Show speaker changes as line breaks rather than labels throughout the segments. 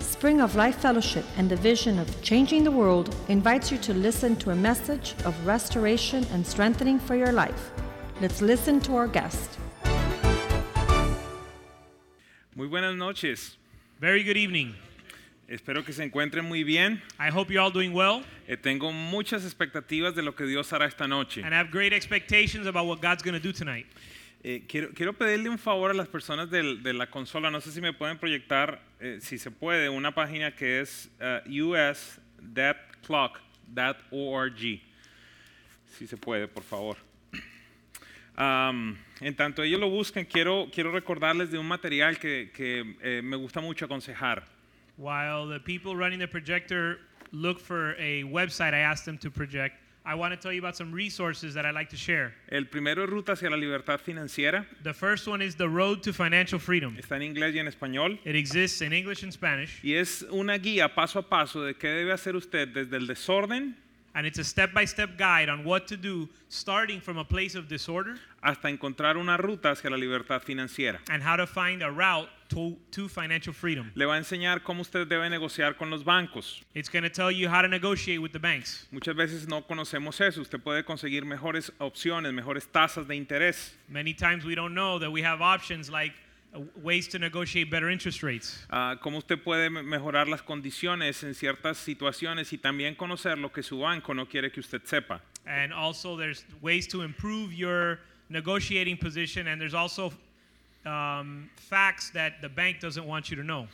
Spring of Life Fellowship and the vision of changing the world invites you to listen to a message of restoration and strengthening for your life. Let's listen to our guest.
Muy buenas noches.
Very good evening.
Espero que se encuentren muy bien.
I hope you're all doing well,
Eh, tengo muchas expectativas de lo que Dios hará esta noche.
and I have great expectations about what God's going to do tonight.
Eh, quiero, quiero pedirle un favor a las personas del- de la consola. No sé si me pueden proyectar, eh, si se puede, una página que es eh, us.clock.org. Si se puede, por favor. Am, en tanto ellos lo buscan, quiero, quiero recordarles de un material que, que, eh, me gusta mucho aconsejar.
While the people running the projector look for a website I asked them to project, I want to tell you about some resources that I like to share.
El primero es Ruta hacia la Libertad Financiera.
The first one is The Road to Financial Freedom.
Está en inglés y en español.
It exists in English and Spanish,
Y es una guía paso a paso de qué debe hacer usted desde el desorden
and it's a step by step guide on what to do starting from a place of disorder
hasta encontrar una ruta hacia la libertad financiera.
and how to find a route to, to financial freedom.
Le va a enseñar cómo usted debe negociar con los bancos.
It's going to tell you how to negotiate with the banks.
Muchas veces no conocemos eso. Usted puede conseguir mejores opciones, mejores tasas de interés.
Many times we don't know that we have options like uh, ways to negotiate better interest rates,
ah, cómo usted puede me- mejorar las condiciones en ciertas situaciones y también conocer lo que su banco no quiere que usted sepa.
and also there's ways to improve your negotiating position, and there's also um, facts that the bank doesn't want you to know.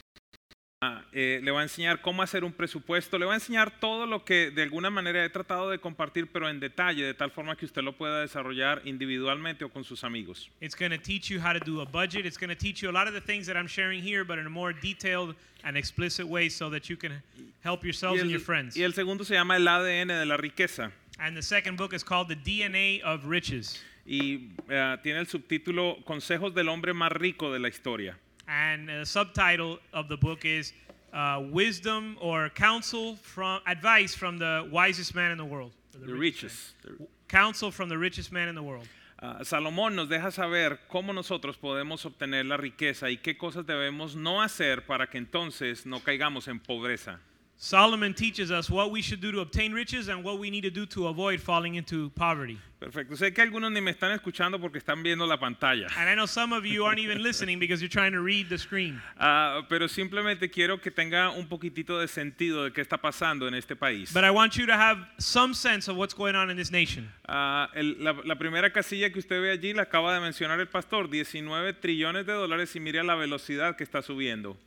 Ah, eh, le va a enseñar cómo hacer un presupuesto, le va a enseñar todo lo que de alguna manera he tratado de compartir, pero en detalle, de tal forma que usted lo pueda desarrollar individualmente o con sus amigos.
It's going to teach you how to do a budget. It's going to teach you a lot of the things that I'm sharing here, but in a more detailed and explicit way, so that you can help
Y
yourselves and your
el,
friends.
y el segundo se llama el ADN de la riqueza
And the second book is called The DNA of Riches,
y eh, tiene el subtítulo Consejos del hombre más rico de la historia.
and the subtitle of the book is uh, "Wisdom or Counsel from Advice from the Wisest Man in the eh. World." Or
The
richest
Riches.
man. Counsel from the richest man in the world.
Ah, Salomón nos deja saber cómo nosotros podemos obtener la riqueza y qué cosas debemos no hacer para que entonces no caigamos en pobreza.
Solomon teaches us what we should do to obtain riches and what we need to do to avoid falling into poverty.
Perfecto. Sé que algunos ni me están escuchando porque están viendo la pantalla.
And I know some of you aren't even listening because you're trying to read the screen.
Ah, pero simplemente quiero que tenga un poquitito de sentido de qué está pasando en este país.
But I want you to have some sense of what's going on in this nation.
Ah, el- la, la primera casilla que usted ve allí la acaba de mencionar el pastor, 19 trillones de dólares y mire la velocidad que está subiendo.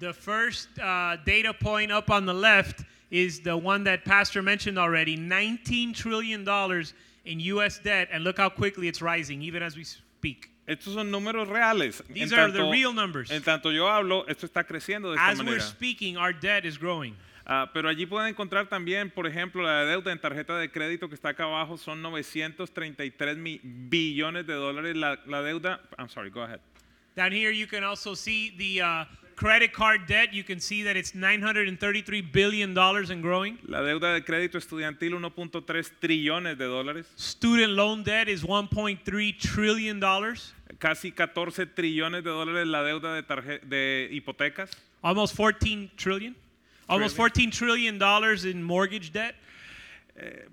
The first uh, data point up on the left is the one that Pastor mentioned already $19 trillion in U.S. debt. And look how quickly it's rising, even as we speak.
Estos son números reales.
These are the real numbers.
en tanto yo hablo, esto está creciendo de esta
As we're
manera.
speaking, our debt is growing.
Ah, pero allí pueden encontrar también, por ejemplo, la deuda en tarjeta de crédito que está acá abajo son 933 mi- billones de dólares. La, la deuda, I'm sorry, go ahead.
Down here, you can also see the uh, credit card debt. You can see that it's $933 billion and growing.
La deuda de crédito estudiantil 1.3 trillones de dólares,
Student loan debt is $1.3 trillion.
casi 14 trillones de dólares la deuda de, tarje- de hipotecas,
Almost 14 trillion. Almost 14 trillion dollars in mortgage debt.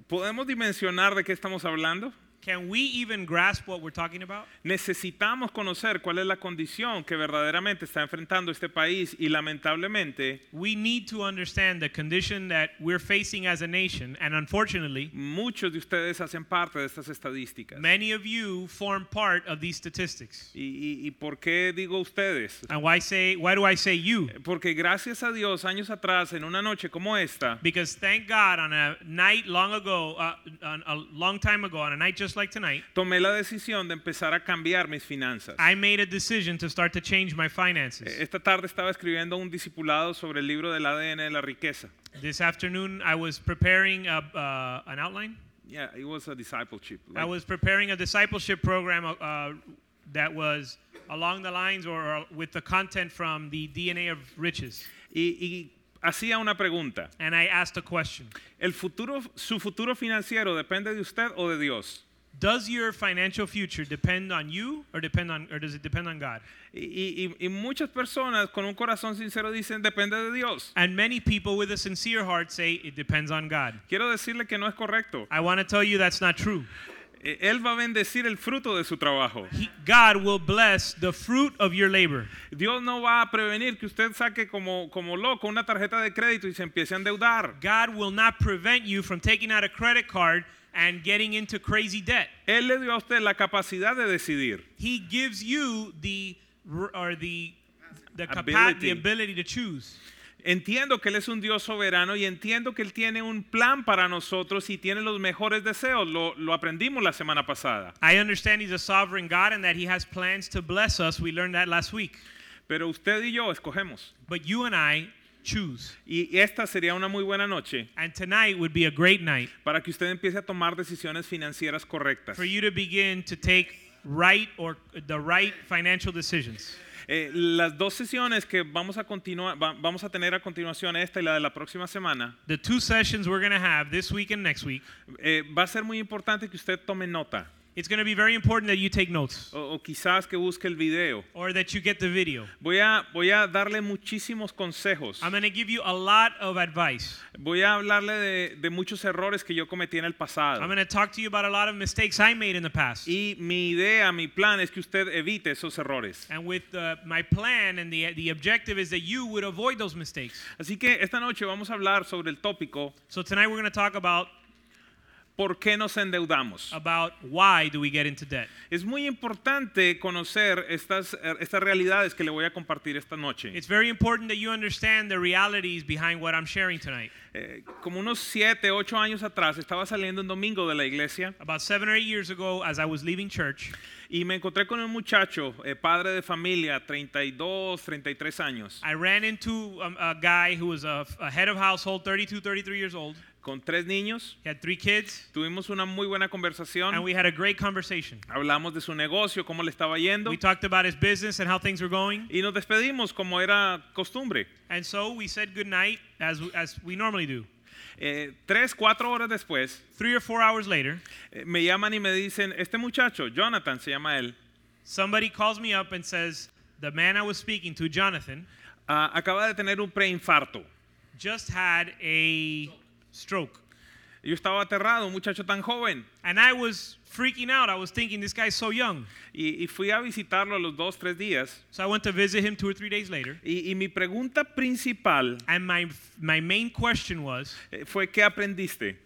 ¿Podemos dimensionar de qué estamos hablando?
Can we even grasp what we're talking about?
Necesitamos conocer cuál es la condición que verdaderamente está enfrentando este país y lamentablemente
We need to understand the condition that we're facing as a nation, and unfortunately,
muchos de ustedes hacen parte de estas estadísticas.
many of you form part of these statistics.
¿Y, y- y por qué digo ustedes?
And why say why do I say you?
Porque gracias a Dios, años atrás, en una noche como esta,
Because thank God on a night long ago, uh, on a long time ago, on a night just like tonight,
tomé la decisión de empezar a cambiar mis finanzas.
I made a decision to start to change my
Eh,
finances.
Esta tarde estaba escribiendo un discipulado sobre el libro del ADN de la riqueza.
This afternoon, I was preparing a, uh, an outline.
Yeah, it was a discipleship.
I
like-
was preparing a discipleship program uh, uh, that was along the lines or, or with the content from the DNA of Riches.
y, y hacía una pregunta.
And I asked a question
¿El futuro, ¿Su futuro financiero depende de usted o de Dios?
Does your financial future depend on you or depend on or does it depend on God?
Y, y- y muchas personas con un corazón sincero dicen, depende de Dios.
And many people with a sincere heart say it depends on God.
Quiero decirle que no es correcto.
I want to tell you that's not true.
Eh, Él va a bendecir el fruto de su trabajo.
He- God will bless the fruit of your labor.
Dios no va a prevenir que usted saque como, como loco una tarjeta de crédito y se empiece a endeudar.
God will not prevent you from taking out a credit card and getting into crazy debt.
Él le dio a usted la capacidad de decidir.
He gives you the r- or the the, capa-
Ability.
the ability to choose.
Entiendo que Él es un Dios soberano y entiendo que Él tiene un plan para nosotros y tiene los mejores deseos. Lo, lo aprendimos la semana pasada.
I understand he's a sovereign God and that he has plans to bless us. We learned that last week.
Pero usted y yo escogemos.
But you and I choose.
Y esta sería una muy buena noche
And tonight would be a great night
para que usted empiece a tomar decisiones financieras correctas.
for you to begin to take right or the right financial decisions.
Eh, las dos sesiones que vamos a continuar, va- vamos a tener a continuación esta y la de la próxima semana,
The two sessions we're going to have this week and next week,
eh, va a ser muy importante que usted tome nota
it's going to be very important that you take notes
o, o quizás que busque el video.
or that you get the video.
Voy a, voy a darle muchísimos consejos.
I'm going to give you a lot of advice.
Voy a hablarle de, de muchos errores que yo cometí en el pasado.
I'm going to talk to you about a lot of mistakes I made in the past.
Y mi idea, mi plan es que usted evite esos errores.
And with uh, my plan and the, the objective is that you would avoid those mistakes.
Así que esta noche vamos a hablar sobre el tópico
So tonight we're going to talk about
¿Por qué nos endeudamos?
about why do we get into debt.
Es muy importante conocer estas, eh, estas realidades que le voy a compartir esta noche.
It's very important that you understand the realities behind what I'm sharing tonight.
Eh, como unos 7, 8 años atrás estaba saliendo un domingo de la iglesia
About 7 or 8 years ago as I was leaving church,
y me encontré con un muchacho, eh, padre de familia, 32, 33 años,
I ran into um, a guy who was a, a head of household, 32, 33 years old.
con tres niños.
He had 3 kids
Tuvimos una muy buena
and
conversación.
we had a great conversation.
Hablamos de su negocio, cómo le estaba yendo
We talked about his business and how things were going.
y nos despedimos como era costumbre.
And so we said goodnight as as we normally do.
Eh, tres, cuatro horas después
3 or 4 hours later,
eh, me llaman y me dicen, este muchacho, Jonathan se llama él,
somebody calls me up and says, "The man I was speaking to, Jonathan,
ah, acaba de tener un preinfarto.
just had a stroke.
Yo estaba aterrado, un muchacho tan joven.
And I was freaking out. I was thinking, this guy's so young.
Y, y fui a visitarlo a los dos, tres días.
So I went to visit him two or three days later.
Y, y mi pregunta principal
And my, my main question was,
eh, fue, ¿qué aprendiste?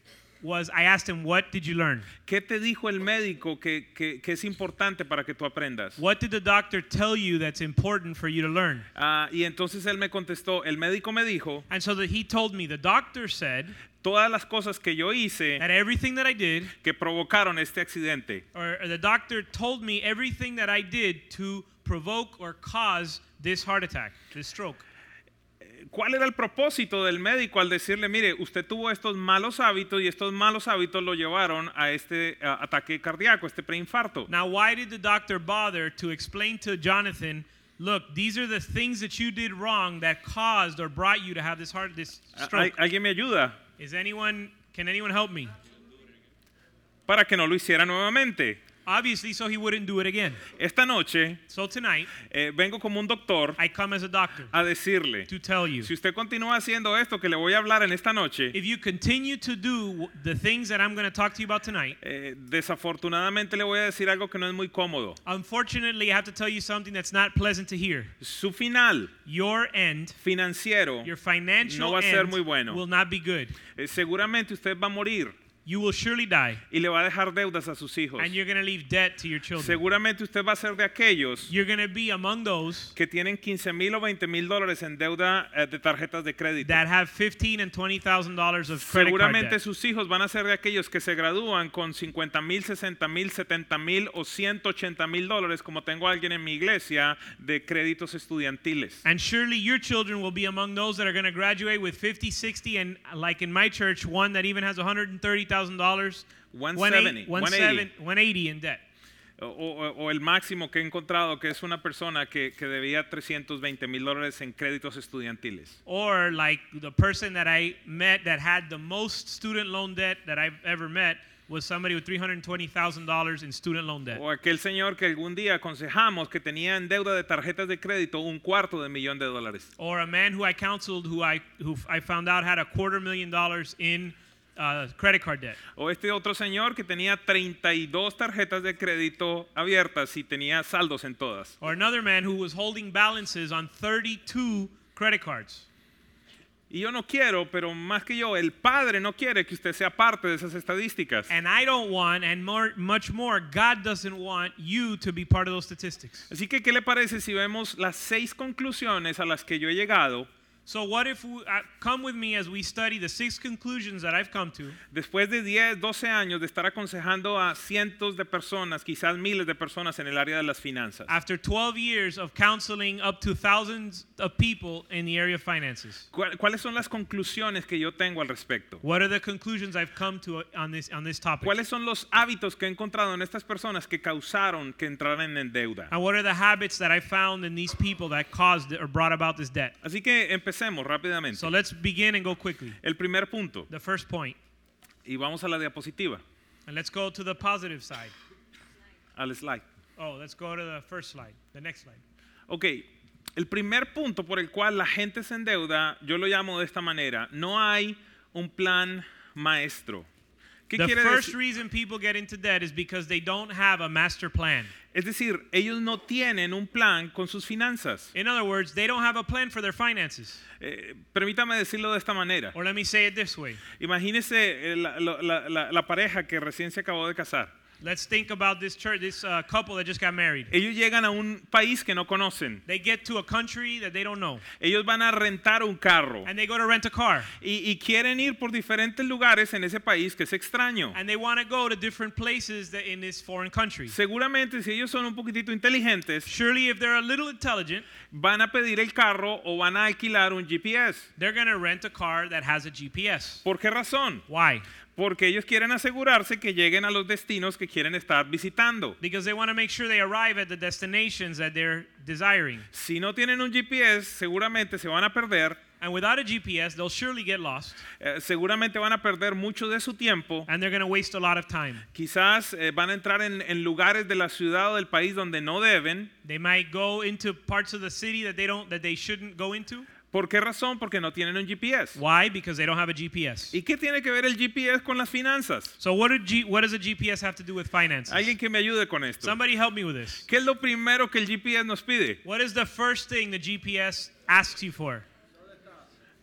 was I asked him, what did you learn?
¿Qué te dijo el médico que, que- que es importante para que tú aprendas?
What did the doctor tell you that's important for you to learn?
Ah, y entonces él me contestó, el médico me dijo,
And so that he told me, the doctor said
todas las cosas que yo hice
that everything that I did,
que provocaron este accidente.
or, or the doctor told me everything that I did to provoke or cause this heart attack, this stroke.
¿Cuál era el propósito del médico al decirle, mire, usted tuvo estos malos hábitos y estos malos hábitos lo llevaron a este ah, ataque cardíaco, este preinfarto?
Now, why did the doctor bother to explain to Jonathan, look, these are the things that you did wrong that caused or brought you to have this heart this
Ay-
stroke?
Ah, ¿Alguien me ayuda?
Is anyone can anyone help me?
Para que no lo hiciera nuevamente.
Obviously, so he wouldn't do it again.
Esta noche
So tonight,
eh, vengo como un doctor
I come as a doctor
a decirle,
to tell you.
si usted continúa haciendo esto que le voy a hablar en esta noche,
If you continue to do w- the things that I'm going to talk to you about tonight,
eh, desafortunadamente le voy a decir algo que no es muy cómodo.
unfortunately, I have to tell you something that's not pleasant to hear.
Su final
Your end,
financiero,
your financial
No va a
end,
ser muy bueno.
will not be good.
eh, seguramente usted va a morir
You will surely die,
y le va a dejar deudas a sus hijos.
and you're going to leave debt to your children.
Seguramente usted va a ser de aquellos
you're going to be among those
que tienen 15 mil o 20 mil dólares en deuda eh, de tarjetas de crédito.
that have fifteen and twenty thousand dollars of credit card
Seguramente
debt.
sus hijos van a ser de aquellos que se gradúan con 50 mil, 60 mil, 70 mil o 180 mil dólares, como tengo a alguien en mi iglesia, de créditos estudiantiles.
And surely your children will be among those that are going to graduate with 50, 60, and like in my church, one that even has $130,000.
170,
170, 180 in debt.
O, o- o el máximo que he encontrado, que es una persona que, que debía 320 mil dólares en créditos estudiantiles.
Or like the person that I met that had the most student loan debt that I've ever met was somebody with $320,000 in student loan debt.
O aquel señor que algún día aconsejamos que tenía en deuda de tarjetas de crédito un cuarto de millón de dólares.
Or a man who I counseled who I, who I found out had a quarter million dollars in uh, credit card debt.
O este otro señor que tenía 32 tarjetas de crédito abiertas y tenía saldos en todas.
Or another man who was holding balances on 32 credit cards.
Y yo no quiero, pero más que yo, el padre no quiere que usted sea parte de esas estadísticas.
And I don't want, and more, much more, God doesn't want you to be part of those statistics.
Así que, ¿qué le parece si vemos las seis conclusiones a las que yo he llegado
So, what if we, uh, come with me as we study the six conclusions that I've come to
después de 10, 12 años de estar aconsejando a cientos de personas, quizás miles de personas en el área de las finanzas?
after 12 years of counseling up to thousands of people in the area of finances?
¿Cuál- ¿Cuáles son las conclusiones que yo tengo al respecto?
What are the conclusions I've come to uh, on this, on this topic?
¿Cuáles son los hábitos que he encontrado en estas personas que causaron que entraran en deuda?
And what are the habits that I found in these people that caused or brought about this debt?
Así que empecemos rápidamente.
So let's begin and go quickly.
El primer punto,
The first point,
y vamos a la diapositiva,
and let's go to the positive side.
al slide.
Oh, let's go to the first slide, the next slide.
Ok, el primer punto por el cual la gente se endeuda, yo lo llamo de esta manera, no hay un plan maestro. ¿Qué
The
quiere
first
decir?
reason people get into debt is because they don't have a master plan.
Es decir, ellos no tienen un plan con sus finanzas.
In other words, they don't have a plan for their finances.
Eh, permítame decirlo de esta manera.
Or let me say it this way.
Imagínese eh, la, la- la- la- la pareja que recién se acabó de casar.
Let's think about this church, this uh, couple that just got married.
Ellos llegan a un país que no conocen.
They get to a country that they don't know,
Ellos van a rentar un carro
and they go to rent a car,
y, y quieren ir por diferentes lugares en ese país que es extraño.
and they want to go to different places that in this foreign country.
Seguramente si ellos son un poquitito inteligentes,
Surely, if they're a little intelligent,
van a pedir el carro o van a alquilar un GPS.
they're going to rent a car that has a GPS.
¿Por qué razón?
Why?
Porque ellos quieren asegurarse que lleguen a los destinos que quieren estar visitando.
Because they want to make sure they arrive at the destinations that they're desiring.
Si no tienen un GPS, seguramente se van a perder,
And without a GPS, they'll surely get lost,
eh, seguramente van a perder mucho de su tiempo.
and they're going to waste a lot of time.
Quizás eh, van a entrar en, en lugares de la ciudad o del país donde no deben.
They might go into parts of the city that they don't that they shouldn't go into.
¿Por qué razón? Porque no tienen un GPS.
Why? Because they don't have a GPS.
¿Y qué tiene que ver el GPS con las finanzas?
So what did G, what does a GPS have to do with finances?
Alguien que me ayude con esto.
Somebody help me with this.
¿Qué es lo primero que el GPS nos pide?
What is the first thing the GPS asks you for?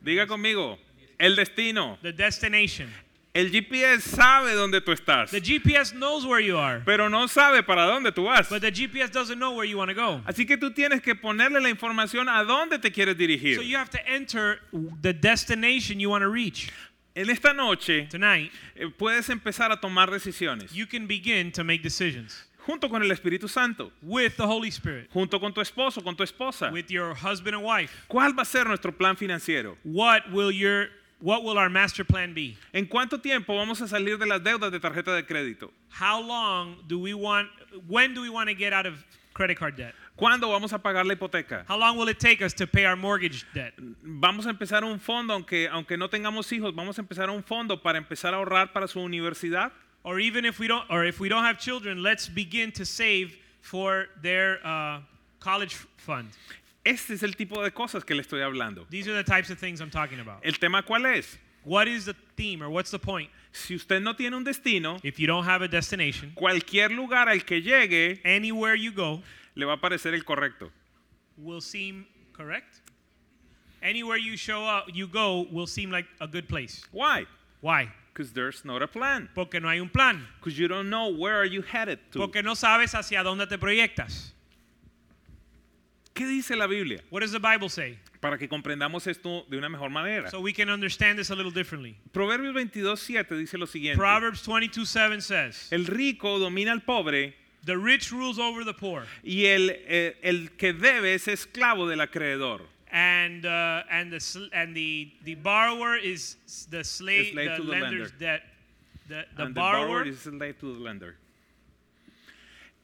Diga conmigo, el destino.
The destination.
El GPS sabe dónde tú estás,
The GPS knows where you are,
pero no sabe para dónde tú vas.
but the GPS doesn't know where you want to go.
Así que tú tienes que ponerle la información a dónde te quieres
So
dirigir.
you have to enter the destination you want to reach.
En esta noche
Tonight,
eh, puedes empezar a tomar decisiones
you can begin to make decisions
junto con el Espíritu Santo,
with the Holy Spirit,
junto con tu esposo, con tu esposa.
with your husband and wife.
¿Cuál va a ser nuestro plan financiero?
What will your what will our master plan be?
¿En cuánto tiempo vamos a salir de las deudas de tarjeta de crédito?
How long do we want when do we want to get out of credit card debt?
¿Cuándo vamos a pagar la hipoteca?
How long will it take us to pay our mortgage debt?
Vamos a empezar un fondo, aunque, aunque no tengamos hijos, vamos a empezar un fondo para empezar a ahorrar para su universidad.
Or even if we don't or if we don't have children, let's begin to save for their uh, college fund.
Este es el tipo de cosas que le estoy hablando.
These are the types of things I'm talking about.
¿El tema cuál es?
What is the theme or what's the point?
Si usted no tiene un destino,
If you don't have a destination,
cualquier lugar al que llegue
anywhere you go
le va a parecer el correcto.
will seem correct. Anywhere you show up, you go will seem like a good place.
Why?
Why?
Because there's not a plan.
Porque no hay un plan.
Because you don't know where are you headed to.
Porque no sabes hacia dónde te proyectas.
¿Qué dice la Biblia?
What does the Bible say?
Para que comprendamos esto de una mejor manera.
So we can understand this a little differently.
Proverbios 22:7 dice lo siguiente:
Proverbs 22 7 says,
El rico domina al pobre
The rich rules over the poor,
y el, eh, el que debe es esclavo del acreedor.
and, uh, and, the, sl- and the, the borrower is s- the slave,
slave
the
to the
lender's
lender.
debt. The, the
And the
borrower,
borrower is slave to the lender.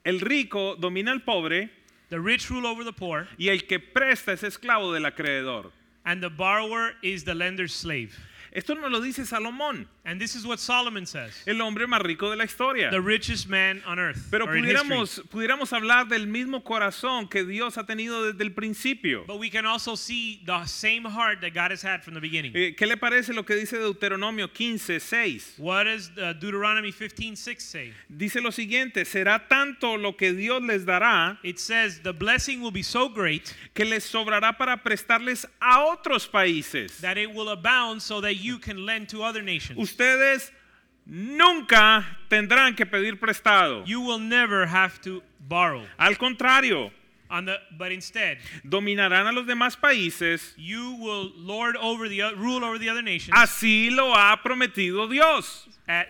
El rico domina al pobre
the rich rule over the poor,
y el que presta es esclavo del acreedor.
and the borrower is the lender's slave.
Esto no lo dice Salomón.
And this is what Solomon says
el hombre más rico de la historia.
the richest man on earth.
Pero
or in history.
pudiéramos, pudiéramos hablar del mismo corazón que Dios ha tenido desde el principio.
But we can also see the same heart that God has had from the beginning.
Eh, ¿Qué le parece lo que dice Deuteronomio 15, 6?
What does uh, Deuteronomy 15:6 say?
Dice lo siguiente, será tanto lo que Dios les dará
It says, The blessing will be so great
que les sobrará para prestarles a otros países.
that it will abound so that you can lend to other nations.
Ustedes nunca tendrán que pedir prestado.
You will never have to borrow.
Al contrario,
On the, but instead,
dominarán a los demás países.
you will lord over the o- rule over the other nations.
Así lo ha prometido Dios.
At-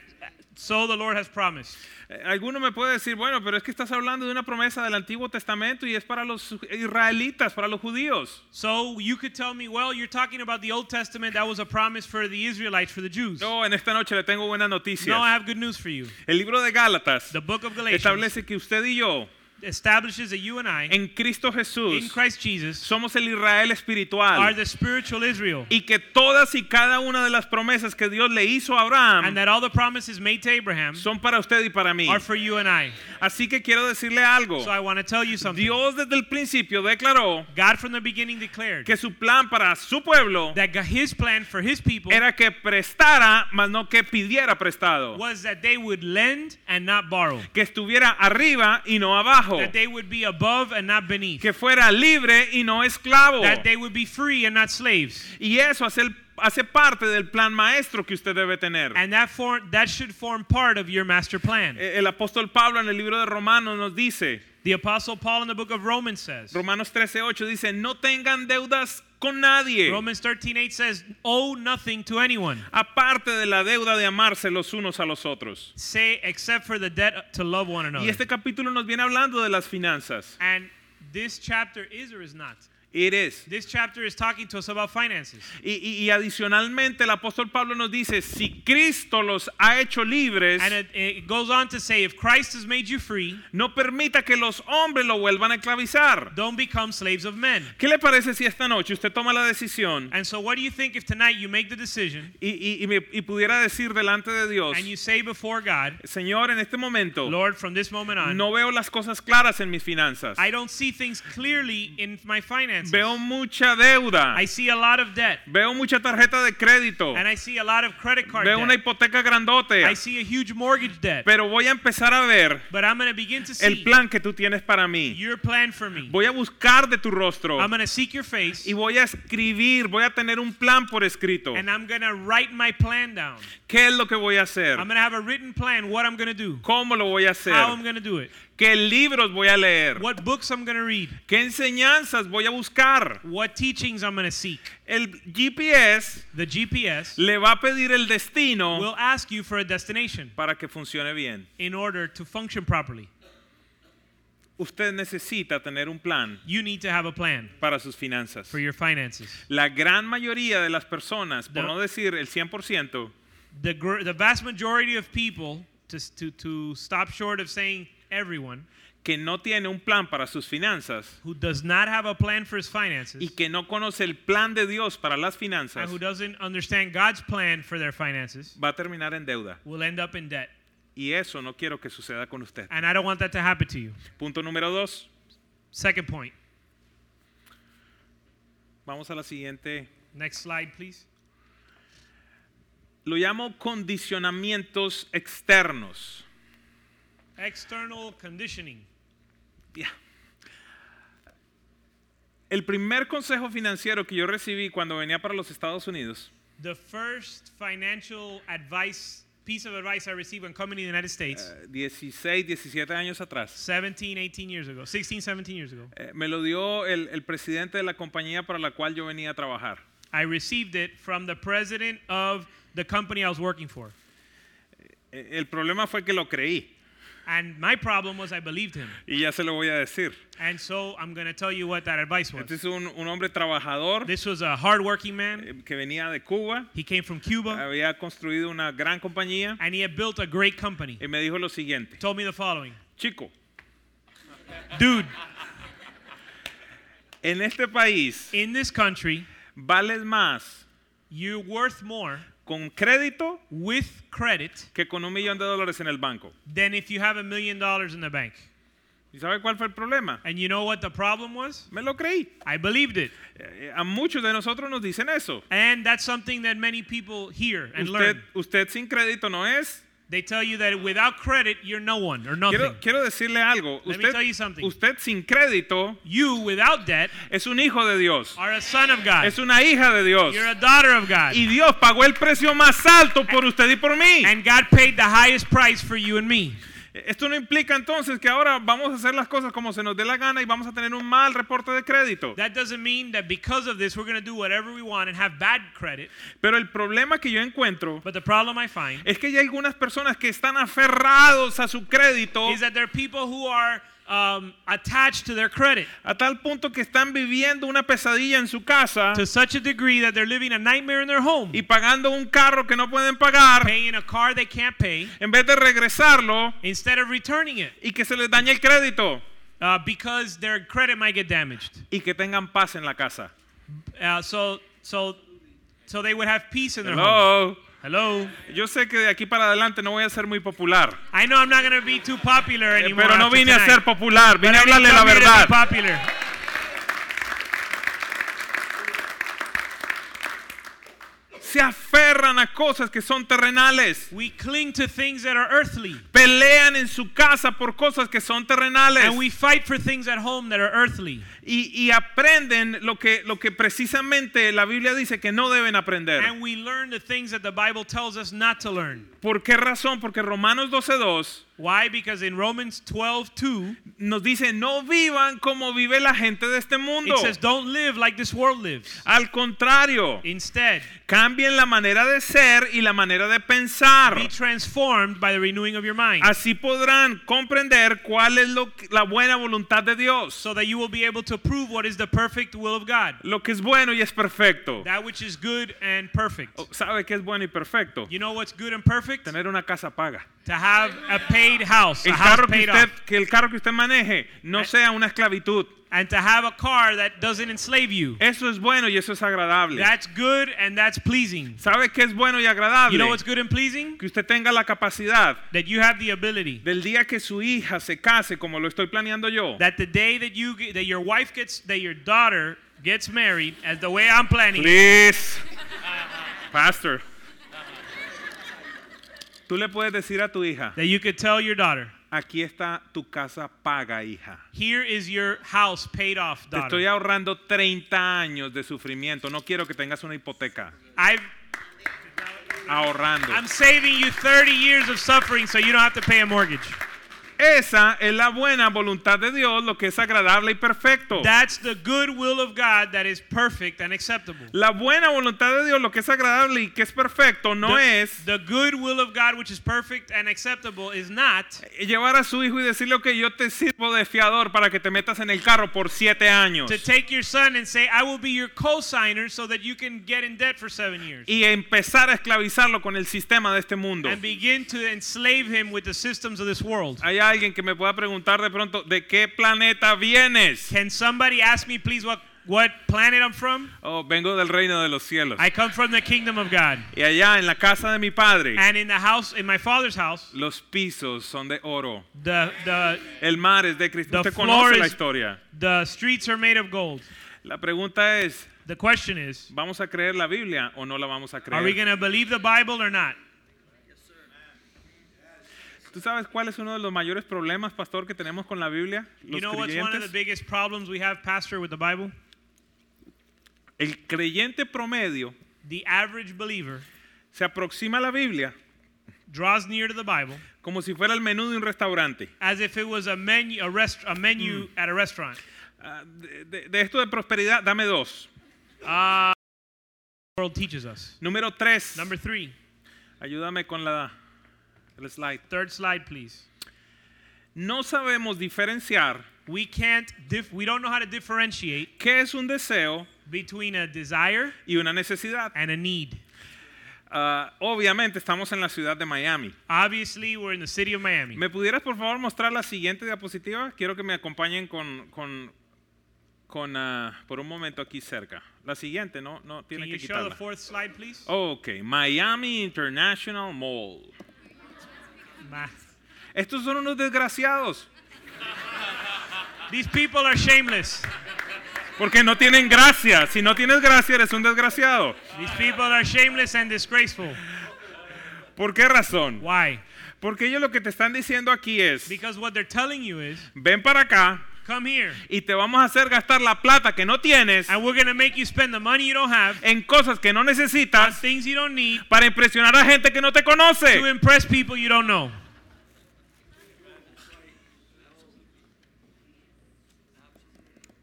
so the Lord has promised.
Eh, Alguno me puede decir, bueno, pero es que estás hablando de una promesa del Antiguo Testamento y es para los israelitas, para los judíos.
So you could tell me, well, you're talking about the Old Testament. That was a promise for the Israelites, for the Jews.
No, en esta noche le tengo buenas noticias.
No, I have good news for you.
El libro de Gálatas
The book of Galatians
establece que usted y yo,
establishes that you and I,
en Cristo
in
Jesús,
Christ Jesus,
somos el Israel
are
espiritual
the spiritual Israel.
y que todas y cada una de las promesas que Dios le hizo a Abraham
And that all the promises made to Abraham
son para usted y para mí.
are for you and I.
Así que quiero decirle algo.
So I want to tell you something.
Dios desde el principio declaró
God from the beginning declared
que su plan para su pueblo
that God- his plan for his people
era que prestara, mas no que pidiera prestado.
was that they would lend and not borrow.
Que estuviera arriba y no abajo.
That they would be above and not beneath.
Que fuera libre y no esclavo.
That they would be free and not slaves.
Y eso hace, el- hace parte del plan maestro que usted debe tener.
And that form that should form part of your master plan.
Eh, El apóstol Pablo en el libro de Romanos nos dice,
The apostle Paul in the book of Romans says,
Romanos 13:8 dice, no tengan deudas con nadie,
Romans 13:8 says, "Owe nothing to anyone,
aparte de la deuda de amarse los unos a los otros.
say except for the debt to love one
Y
another."
este capítulo nos viene hablando de las finanzas.
And this chapter is or is not.
It is.
This chapter is talking to us about finances.
Y, y- y adicionalmente el apóstol Pablo nos dice, si Cristo los ha hecho libres,
And it, it goes on to say, if Christ has made you free,
no permita que los hombres lo vuelvan a esclavizar.
don't become slaves of men.
¿Qué le parece si esta noche usted toma la decisión
And so, what do you think if tonight you make the decision
y, y- y me- y pudiera decir delante de Dios,
and you say before God,
Señor, en este momento
Lord, from this moment on,
no veo las cosas claras en mis finanzas.
I don't see things clearly in my finances.
Veo mucha deuda.
I see a lot of debt,
Veo mucha tarjeta de crédito.
and I see a lot of credit card
Veo una
debt.
hipoteca grandote.
I see a huge mortgage debt.
Pero voy a empezar a ver
But I'm going to begin to
el
see
plan que tú tienes para mí.
your plan for me.
Voy a buscar de tu rostro
I'm going to seek your face,
y voy a escribir, voy a tener un plan por escrito.
and I'm going to write my plan down.
¿Qué es lo que voy a hacer?
I'm going to have a written plan what I'm going to do,
¿Cómo lo voy a hacer?
how I'm going to do it.
¿Qué libros voy a leer?
what books I'm going to read,
¿Qué enseñanzas voy a buscar?
what teachings I'm going to seek.
El GPS
The GPS
le va a pedir el destino
will ask you for a destination
para que funcione bien.
in order to function properly.
Usted necesita tener un plan
You need to have a plan
para sus finanzas.
for your finances.
La gran mayoría de las personas, por
The-
no decir el 100%,
The, gr- the vast majority of people, to, s- to, to stop short of saying everyone,
que no tiene un plan para sus finanzas
who does not have a plan for his finances
y que no conoce el plan de Dios para las
and
finanzas,
who doesn't understand God's plan for their finances
va a terminar en deuda.
will end up in debt.
Y eso no quiero que suceda con usted.
And I don't want that to happen to you.
Punto número dos.
Second point.
Vamos a la siguiente.
Next slide, please.
Lo llamo condicionamientos externos.
External conditioning.
Ya. El primer consejo financiero que yo recibí cuando venía para los Estados Unidos
The first financial advice, piece of advice I received when coming to the United States,
eh, 16, 17 años atrás.
17, 18 years ago, 16, 17 years ago,
eh, me lo dio el, el presidente de la compañía para la cual yo venía a trabajar.
I received it from the president of the company I was working for.
Eh, el problema fue que lo creí
And my problem was I believed him.
y ya se lo voy a decir.
And so I'm going to tell you what that advice
Este
was.
es un, un hombre trabajador
This was a hardworking man.
eh, que venía de Cuba,
He came from Cuba
había construido una gran compañía
and he had built a great company.
y me dijo lo siguiente,
Told me the following
chico,
Dude,
en este país
in this country,
vales más
you're worth more
con crédito
with credit
que con un millón de dólares en el banco.
than if you have a million dollars in the bank.
¿Y sabe cuál fue el problema?
And you know what the problem was?
Me lo creí.
I believed it.
Eh, eh, A muchos de nosotros nos dicen eso.
And that's something that many people hear and
Usted,
learn.
usted sin crédito no es.
They tell you that without credit, you're no one or nothing.
Quiero, quiero decirle algo.
Let me
Usted,
tell you something.
usted sin crédito
you, without debt,
es un hijo de Dios.
are a son of God.
Es una hija de Dios.
You're a daughter of God.
Y Dios pagó el precio más alto por usted y por mí.
And God paid the highest price for you and me.
Esto no implica entonces que ahora vamos a hacer las cosas como se nos dé la gana y vamos a tener un mal reporte de crédito.
That doesn't mean that because of this, we're going to do whatever we want and have bad credit.
Pero el problema que yo encuentro
But the problem I find
es que hay algunas personas que están aferrados a su crédito
is that there are people who are um, attached to their credit
a tal punto que están viviendo una pesadilla en su casa
to such a degree that they're living a nightmare in their home,
y pagando un carro que no pueden pagar
paying a car they can't pay
en vez de regresarlo
instead of returning it
y que se les dañe el crédito
uh, because their credit might get damaged.
y que tengan paz en la casa.
Uh, so, so, so they would have peace in their home.
Hello.
Hello.
Yo sé que de aquí para adelante no voy a ser muy popular,
I know I'm not going to be too popular
eh,
anymore.
pero no
after
vine a
tonight,
ser popular,
but
vine a
I didn't
hablarle la
come here to be
verdad.
popular.
se aferran a cosas que son terrenales.
We cling to things that are earthly.
Pelean en su casa por cosas que son terrenales.
And we fight for things at home that are earthly.
Y, y aprenden lo que, lo que precisamente la Biblia dice que no deben aprender.
And we learn the things that the Bible tells us not to learn.
¿Por qué razón? Porque Romanos 12.2
Why? Because in Romans 12 2,
nos dice, no vivan como vive la gente de este mundo.
it says, Don't live like this world lives.
Al contrario,
Instead,
cambien la manera de ser y la manera de pensar.
be transformed by the renewing of your mind,
Así podrán comprender cuál es lo que- la buena voluntad de Dios,
so that you will be able to prove what is the perfect will of God,
lo que es bueno y es perfecto.
that which is good and perfect.
Oh, ¿Sabe qué es bueno y perfecto?
You know what's good and perfect?
Tener una casa paga.
To have a paid house, a
El
house
carro que,
paid
usted,
off,
que el carro que usted maneje no sea una esclavitud.
and to have a car that doesn't enslave you.
Eso es bueno y eso es agradable.
That's good and that's pleasing.
¿Sabe qué es bueno y
You
agradable?
know what's good and pleasing?
Que usted tenga la capacidad
That you have the ability.
del día que su hija se case, como lo estoy planeando yo,
That the day that you get, that your wife gets that your daughter gets married, as the way I'm planning, it,
Please. Pastor. Tú le puedes decir a tu hija,
that you could tell your daughter,
aquí está tu casa paga, hija.
"Here is your house paid off,
Te estoy
daughter.
ahorrando 30 años de sufrimiento. No quiero que tengas una hipoteca.
I've,
Ahorrando.
I'm saving you 30 years of suffering, so you don't have to pay a mortgage."
Esa es la buena voluntad de Dios, lo que es agradable y perfecto.
That's the good will of God that is perfect and acceptable.
La buena voluntad de Dios, lo que es agradable y que es perfecto, no
the,
es
the good will of God, which is perfect and acceptable, is not
llevar a su hijo y decirle que yo te sirvo de fiador para que te metas en el carro por siete años.
to take your son and say, I will be your co-signer so that you can get in debt for seven years.
y empezar a esclavizarlo con el sistema de este mundo.
And begin to enslave him with the systems of this world.
Hay alguien que me pueda preguntar de pronto, ¿de qué planeta vienes?
Can somebody ask me, please, what, what planet I'm from?
Oh, vengo del reino de los cielos.
I come from the kingdom of God.
Y allá en la casa de mi padre,
And in the house, in my father's house,
los pisos son de oro.
the, the,
El mar es de cristal.
The
Usted
floor
conoce la
is-
historia.
the streets are made of gold.
La pregunta es,
The question is,
¿vamos a creer la Biblia o no la vamos a
are we
creer?
going to believe the Bible or not?
¿Tú sabes cuál es uno de los mayores problemas, pastor, que tenemos con la Biblia?
You
Los
know what's one of the
creyentes.
biggest problems we have, Pastor, with the Bible?
El creyente promedio
The average believer
se aproxima a la Biblia
draws near to the Bible
como si fuera el menú de un restaurante.
as if it was a menu, a rest, a menu
Hmm.
at a restaurant.
Ah, de, de- de esto de prosperidad, dame dos.
Uh, the world teaches us.
Número tres.
Number three,
Ayúdame con la, el slide.
third slide, please.
No sabemos diferenciar
We can't. Dif- we don't know how to differentiate
qué es un deseo
between a desire
y una necesidad.
and a need.
Ah, obviamente estamos en la ciudad de Miami.
Obviously, we're in the city of Miami.
¿Me pudieras por favor mostrar la siguiente diapositiva? Quiero que me acompañen con, con, con, ah, por un momento aquí cerca. La siguiente, no, no
Can
tiene
you
que
show the
quitarla. Oh.
fourth slide, please?
Ok, Miami International Mall.
Ma-
Estos son unos desgraciados
These people are shameless.
porque no tienen gracia. Si no tienes gracia, eres un desgraciado.
These people are shameless and disgraceful.
¿Por qué razón?
Why?
Porque ellos lo que te están diciendo aquí es,
Because what they're telling you is,
ven para acá
come here,
y te vamos a hacer gastar la plata que no tienes
and we're gonna make you spend the money you don't have
en cosas que no
on
necesitas
things you don't need
para impresionar a gente que no te
to
conoce.
impress people you don't know.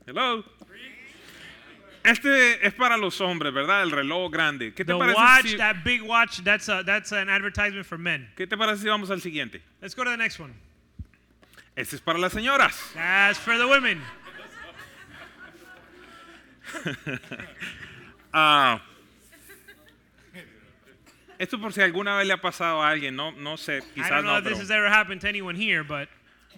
Hello. Este es para los hombres, ¿verdad? El reloj grande. ¿Qué te,
The
parece
watch,
si,
that big watch, that's a that's an advertisement for men.
¿qué te parece si vamos al siguiente?
Let's go to the next one.
Este es para las señoras.
That's for the women.
Ah. Esto por si alguna vez le ha pasado a alguien, no, no sé,
I
quizás
don't know
no.
if this
Pero,
has ever happened to anyone here, but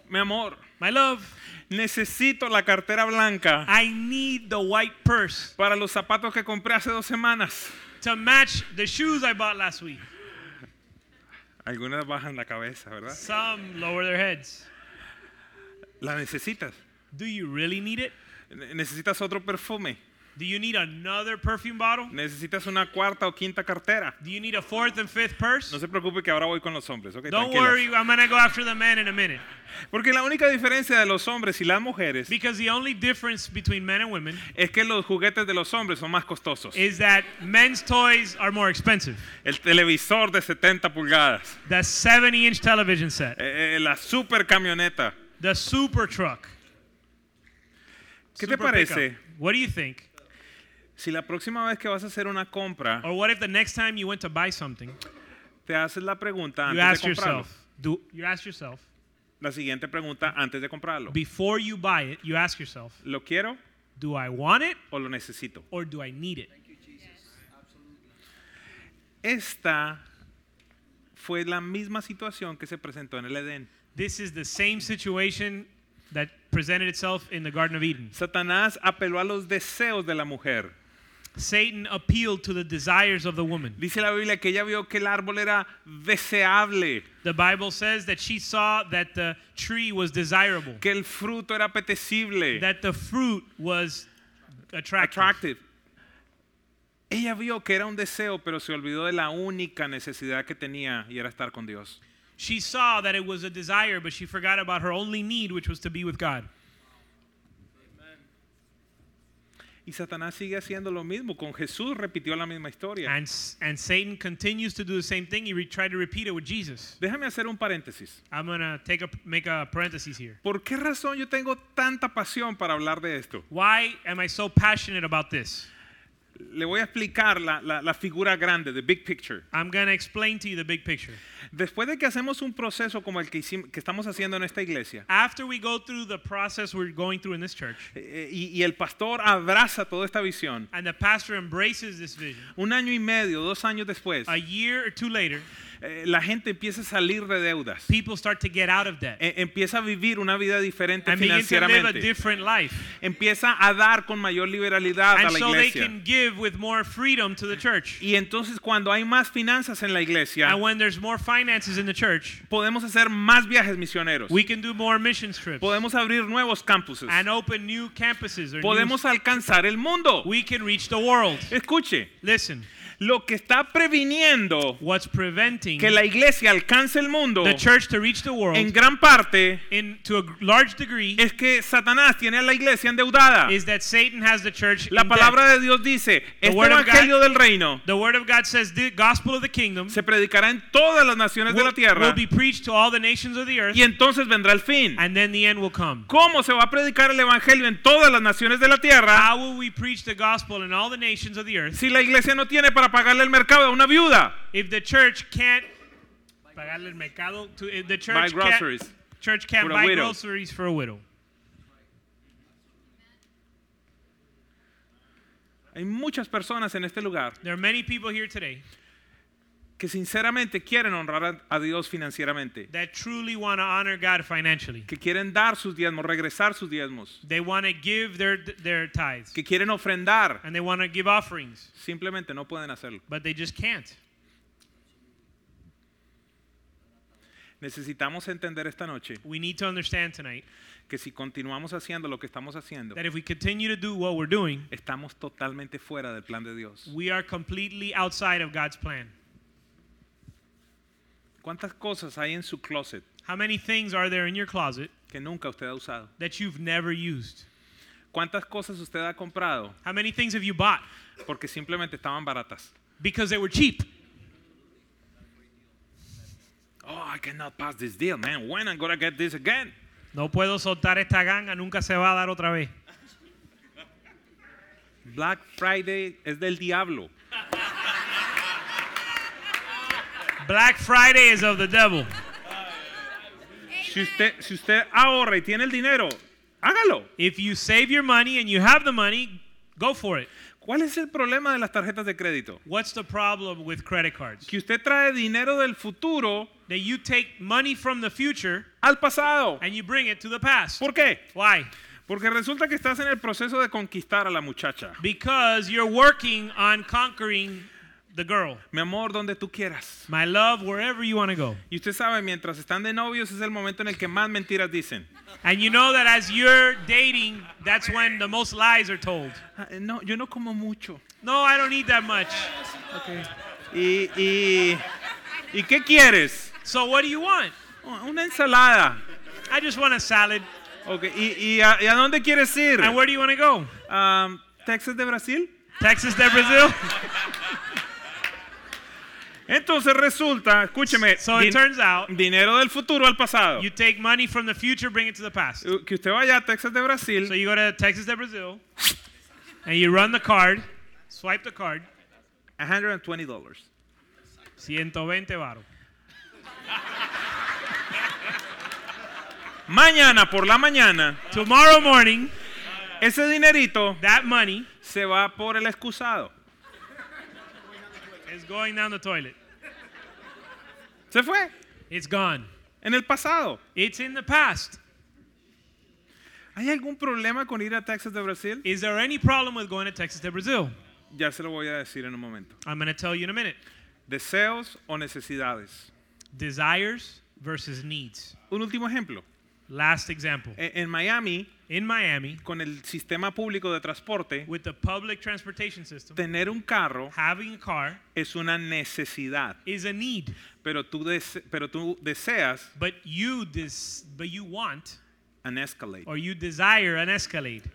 mi amor,
my love,
necesito la cartera blanca
I need the white purse
para los zapatos que compré hace dos semanas.
to match the shoes I bought last week.
Algunas bajan la cabeza, ¿verdad?
Some lower their heads.
La necesitas.
Do you really need it?
Ne- Necesitas otro perfume.
Do you need another perfume bottle?
Necesitas una cuarta o quinta cartera.
Do you need a fourth and fifth purse?
No se preocupe que ahora voy con los hombres, ¿ok?
Don't
tranquilos.
worry, I'm gonna go after the men in a minute.
Porque la única diferencia de los hombres y las mujeres
Because the only difference between men and women
es que los juguetes de los hombres son más costosos.
is that men's toys are more expensive.
El televisor de 70 pulgadas,
The 70 inch television set,
eh, eh, la super camioneta.
the super truck.
¿Qué te
super
parece
pickup. What do you think?
si la próxima vez que vas a hacer una compra
Or what if the next time you went to buy something,
te haces la pregunta
you
antes
ask
de comprarlo?
yourself, do, you ask yourself,
La siguiente pregunta antes de comprarlo.
before you buy it, you ask yourself,
¿Lo quiero
do I want it
o lo necesito?
or do I need it?
Esta fue la misma situación que se presentó en el Edén.
This is the same situation that presented itself in the Garden of Eden.
Satanás apeló a los deseos de la mujer.
Satan appealed to the desires of the woman.
Dice la Biblia que ella vio que el árbol era deseable,
The Bible says that she saw that the tree was desirable,
que el fruto era apetecible,
that the fruit was attractive.
attractive. Ella vio que era un deseo, pero se olvidó de la única necesidad que tenía y era estar con Dios.
She saw that it was a desire, but she forgot about her only need, which was to be with God.
Y Satanás sigue haciendo lo mismo. Con Jesús repitió la misma historia.
And, s- and Satan continues to do the same thing. He re- tried to repeat it with Jesus.
Déjame hacer un paréntesis.
I'm going to take a, make a parenthesis here.
¿Por qué razón yo tengo tanta pasión para hablar de esto?
Why am I so passionate about this?
Le voy a explicar la, la- la figura grande, the big picture.
I'm going to explain to you the big picture.
Después de que hacemos un proceso como el que, hicim- que estamos haciendo en esta iglesia,
After we go through the process we're going through in this church,
eh, y, y el pastor abraza toda esta visión,
and the pastor embraces this vision,
un año y medio, dos años después,
a year or two later,
eh, la gente empieza a salir de deudas,
people start to get out of debt
eh, empieza a vivir una vida diferente
and begin to live a
financieramente,
different life.
empieza a dar con mayor liberalidad a
And
la
so they
iglesia.
can give with more freedom to the church.
Y entonces cuando hay más finanzas en la iglesia,
And when there's more finances in the church,
podemos hacer más viajes misioneros,
we can do more mission trips
podemos abrir nuevos campuses,
and open new campuses. Or new,
podemos alcanzar el mundo.
we can reach the world.
Escuche,
Listen,
lo que está previniendo
what's preventing
que la iglesia alcance el mundo
the church to reach the world
en gran parte
in, to a large degree
es que Satanás tiene a la iglesia endeudada.
is that Satan has the church
La
in debt.
palabra de Dios dice, este
word of
evangelio
God-
del reino
The word of God says the gospel of the kingdom
se predicará en todas las naciones de
will,
la tierra
will be preached to all the nations of the earth
y entonces vendrá el fin.
and then the end will come.
¿Cómo se va a predicar el evangelio en todas las naciones de la tierra
How will we preach the gospel in all the nations of the earth
si la iglesia no tiene para pagarle el mercado a una viuda?
if the church can't pagarle el mercado to if the church
Buy
can't-
groceries
church can't
for a
buy
widow.
groceries for a widow.
Hay muchas personas en este lugar
There are many people here today
que sinceramente quieren honrar a- a Dios financieramente,
that truly want to honor God financially.
que quieren dar sus diezmos, regresar sus diezmos,
They want to give their their tithes
que quieren ofrendar,
and they want to give offerings,
simplemente no pueden hacerlo.
but they just can't.
Necesitamos entender esta noche
We need to understand tonight
que si continuamos haciendo lo que estamos haciendo,
that if we continue to do what we're doing,
estamos totalmente fuera del plan de Dios.
we are completely outside of God's plan.
¿Cuántas cosas hay en su closet
How many things are there in your closet
que nunca usted ha usado?
that you've never used?
¿Cuántas cosas usted ha comprado
How many things have you bought
porque simplemente estaban baratas?
because they were cheap?
Oh, I cannot pass this deal, man. When I'm gonna get this again?
No puedo soltar esta ganga, nunca se va a dar otra vez.
Black Friday es del diablo.
Black Friday is of the devil.
Si usted, si usted ahorra y tiene el dinero, hágalo.
If you save your money and you have the money, go for it.
¿Cuál es el problema de las tarjetas de crédito?
What's the problem with credit cards?
Que usted trae dinero del futuro
That you take money from the future
al pasado.
and you bring it to the past.
¿Por qué?
Why?
Porque resulta que estás en el proceso de conquistar a la muchacha.
Because you're working on conquering the girl.
Mi amor, donde tú quieras.
My love, wherever you want to go.
Y usted sabe, mientras están de novios es el momento en el que más mentiras dicen.
And you know that as you're dating, that's when the most lies are told.
Ah, eh, no, yo no como mucho.
No, I don't need that much.
¿Y, y, ¿y qué quieres?
So what do you want?
U- Una ensalada.
I just want a salad.
Ok, ¿Y, y a, y a dónde quieres ir?
And where do you want to go?
Ah, ¿Texas de Brasil?
Texas de Brazil?
Entonces resulta, escúcheme,
So it
din-
turns out
dinero del futuro al pasado.
you take money from the future, bring it to the past.
Eh, Que usted vaya a Texas de Brasil
So you go to Texas de Brazil and you run the card, swipe the card,
120 dólares.
120 baro.
Mañana por la mañana,
Tomorrow morning,
ese dinerito
that money
se va por el excusado.
is going down the toilet.
Se fue
It's gone.
en el pasado.
It's in the past.
¿Hay algún problema con ir a Texas de Brasil?
Is there any problem with going to Texas de Brazil?
Ya se lo voy a decir en un momento.
I'm going to tell you in a minute.
Deseos o necesidades.
Desires versus needs.
Un último ejemplo.
Last example.
E- En Miami,
In Miami,
con el sistema público de transporte,
with the public transportation system,
tener un carro
having a car
es una necesidad.
is a need,
Pero tú, dese- pero tú deseas
but you des- but you want
an Escalade.
or you desire an Escalade.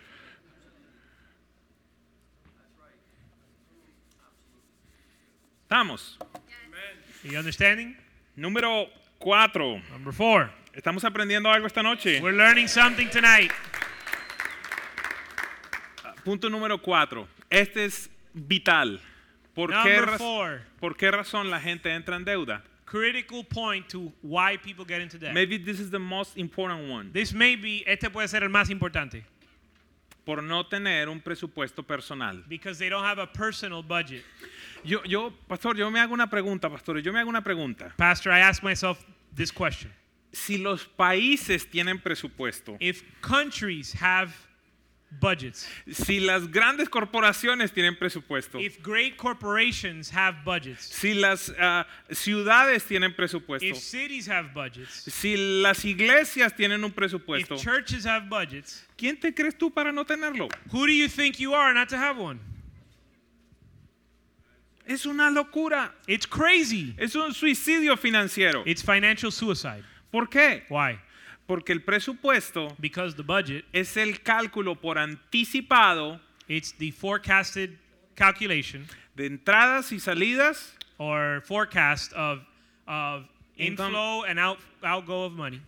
Estamos.
Are you understanding?
Número cuatro.
Number 4.
Estamos aprendiendo algo esta noche.
We're learning something tonight.
Punto número cuatro. Este es vital. ¿Por qué,
Number
raz-
4.
¿Por qué razón la gente entra en deuda?
critical point to why people get into debt.
Maybe this is the most important one.
This may be, este puede ser el más importante,
Por no tener un presupuesto personal.
because they don't have a personal budget.
Yo, yo, pastor, yo me hago una pregunta, pastor, yo me hago una pregunta.
Pastor, I ask myself this question.
Si los países tienen presupuesto,
If countries have budgets,
si las grandes corporaciones tienen presupuesto,
if great corporations have budgets,
si las ah, ciudades tienen presupuesto,
if cities have budgets,
si las iglesias tienen un
if
presupuesto,
churches have budgets,
¿quién te crees tú para no tenerlo?
who do you think you are not to have one?
Es una locura,
It's crazy.
es un suicidio financiero.
It's financial suicide.
¿Por qué?
Why?
Porque el presupuesto
Because the budget,
es el cálculo por anticipado
it's the forecasted calculation
de entradas y salidas
or forecast of of
Income.
inflow and out outgo of money,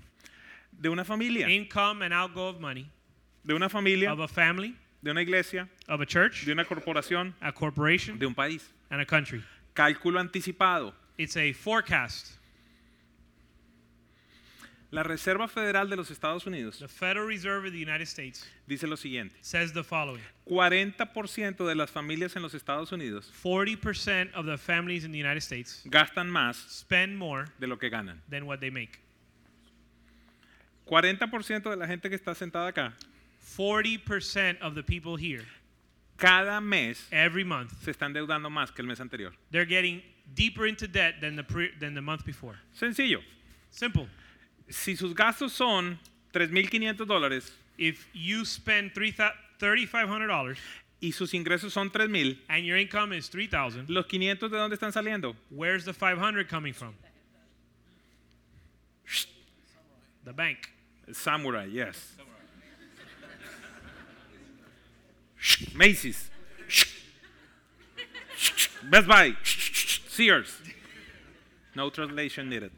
de una familia,
income and outgo of money
de una familia,
of a family,
de una iglesia,
of a church,
de una corporación,
a corporation,
de un país.
and a country.
Cálculo anticipado.
It's a forecast.
La Reserva Federal de los Estados Unidos
The Federal Reserve of the United States
dice lo siguiente.
says the following
40% de las familias en los Estados Unidos
40% of the families in the United States
gastan más
spend more
de lo que ganan.
than what they make.
40% de la gente que está sentada acá,
40% of the people here
cada mes
every month
se están deudando más que el mes anterior.
they're getting deeper into debt than the pre- than the month before.
Sencillo.
Simple.
Si sus gastos son 3.500 dólares
If you spend three thou- $3,500
y sus ingresos son 3.000,
and your income is 3000
¿los 500 de dónde están saliendo?
where's the 500 coming from? The bank.
Samurai, yes. Shh, Macy's. Shh. Shh, Best Buy. Shh, Sears. No translation needed.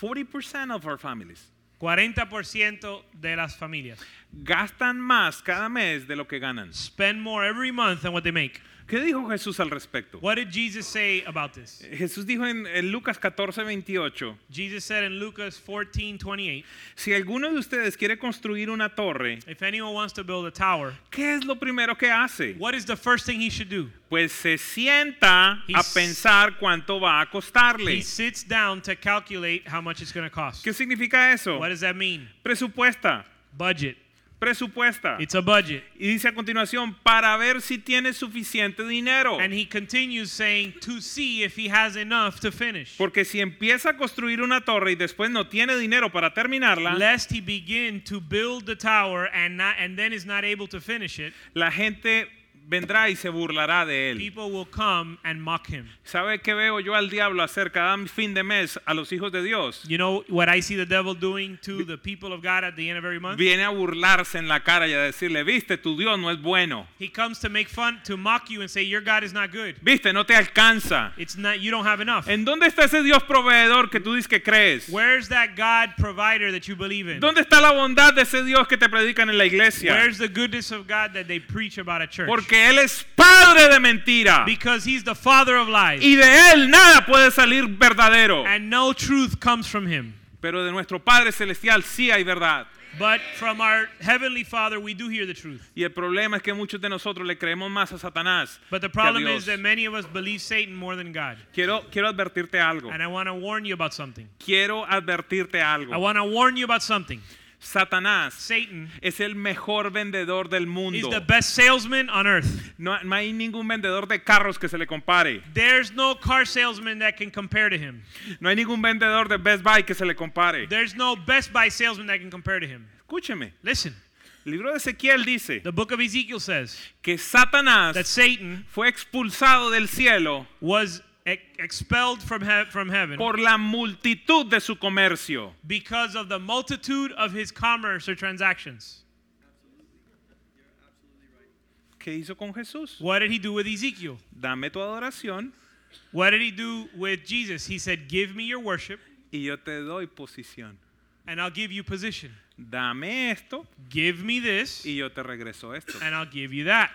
40% of our families
40% de las familias
gastan más cada mes de lo que ganan.
spend more every month than what they make.
¿Qué dijo Jesús al respecto?
What did Jesus say about this?
Jesús dijo en, en Lucas 14, 28,
Jesus said in Lucas 14 28,
si alguno de ustedes quiere construir una torre,
if anyone wants to build a tower,
¿qué es lo primero que hace?
what is the first thing he should do?
Pues se sienta
He
a
s-
pensar cuánto va a costarle.
He sits down to calculate how much it's going to cost.
¿Qué significa eso?
What does that mean?
Presupuesta,
Budget.
presupuesta.
It's a budget.
Y dice a continuación, para ver si tiene suficiente dinero.
And he continues saying to see if he has enough to finish.
Porque si empieza a construir una torre y después no tiene dinero para terminarla,
Lest he begin to build the tower and not and then is not able to finish it,
la gente vendrá y se burlará de él.
people will come and mock him.
¿Sabe qué veo yo al diablo hacer cada fin de mes a los hijos de Dios?
You know what I see the devil doing to the people of God at the end of every month?
Viene a burlarse en la cara y a decirle, viste, tu Dios no es bueno.
He comes to make fun, to mock you and say, Your God is not good.
Viste, no te alcanza.
It's not, you don't have enough.
¿En dónde está ese Dios proveedor que tú dices que crees?
Where's that God provider that you believe in?
¿Dónde está la bondad de ese Dios que te predican en la iglesia?
Where's the goodness of God that they preach about at church?
Porque Él es padre de mentira
Because he's the father of lies.
y de Él nada puede salir verdadero.
And no truth comes from him.
Pero de nuestro Padre Celestial sí hay verdad.
But from our heavenly father, we do hear the truth.
Y el problema es que muchos de nosotros le creemos más a Satanás.
But the
que a
problem is
Dios.
that many of us believe Satan more than God.
Quiero, quiero advertirte algo.
And I want to warn you about something.
Quiero advertirte
I
algo.
want to warn you about something.
Satanás
Satan
es el mejor vendedor del
is
mundo.
the best salesman on earth.
No, no hay ningún vendedor de carros que se le compare.
There's no car salesman that can compare to him.
No hay ningún vendedor de Best Buy que se le compare.
There's no Best Buy salesman that can compare to him.
Escúcheme.
Listen,
El libro de Ezequiel dice
the book of Ezekiel says
que
that
Satanás
Satan
fue expulsado del cielo
was e- expelled from, hea- from heaven
por la multitud de su comercio.
because of the multitude of his commerce or transactions.
¿Qué hizo con Jesús?
What did he do with Ezekiel?
Dame tu adoración
What did he do with Jesus? He said, Give me your worship
y yo te doy posición.
and I'll give you position.
Dame esto
Give me this
y yo te regreso esto.
and I'll give you that.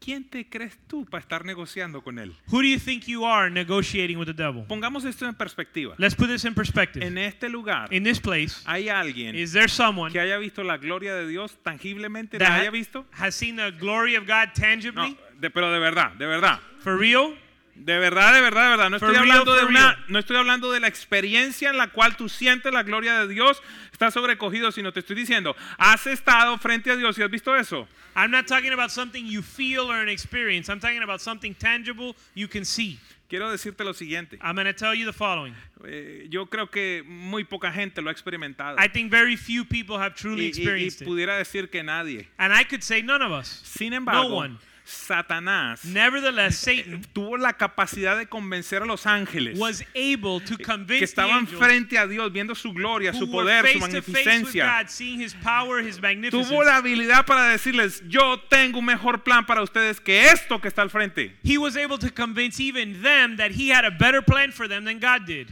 ¿Quién te crees tú para estar negociando con él?
Who do you think you are negotiating with the devil?
Pongamos esto en perspectiva.
Let's put this in perspective.
En este lugar
In this place,
hay alguien
Is there someone
que haya visto la gloria de Dios tangiblemente,
that
la haya visto.
has seen the glory of God
No,
tangibly?
de- pero de verdad, de verdad.
For real?
De verdad, de verdad, de verdad. No
For
estoy,
real,
hablando de
for
una,
real.
no estoy hablando de la experiencia en la cual tú sientes la gloria de Dios, estás sobrecogido, sino te estoy diciendo, has estado frente a Dios y has visto eso.
I'm not talking about something you feel or an experience. I'm talking about something tangible you can see.
Quiero decirte lo siguiente,
I'm going to tell you the following.
eh, yo creo que muy poca gente lo ha experimentado.
I think very few people have
Y-
truly
y- y,
experienced it.
pudiera decir que nadie.
And I could say none of us.
Sin embargo,
one.
Satanás
Nevertheless, Satan
tuvo la capacidad de convencer a los ángeles
was able to
que
convince the
estaban
angels
frente a Dios, viendo su gloria,
who
su
were
poder, su
face to face with
magnificencia.
God, seeing his power, his magnificence.
tuvo la habilidad para decirles, yo tengo un mejor plan para ustedes que esto que está al frente.
He was able to convince even them that he had a better plan for them than God did.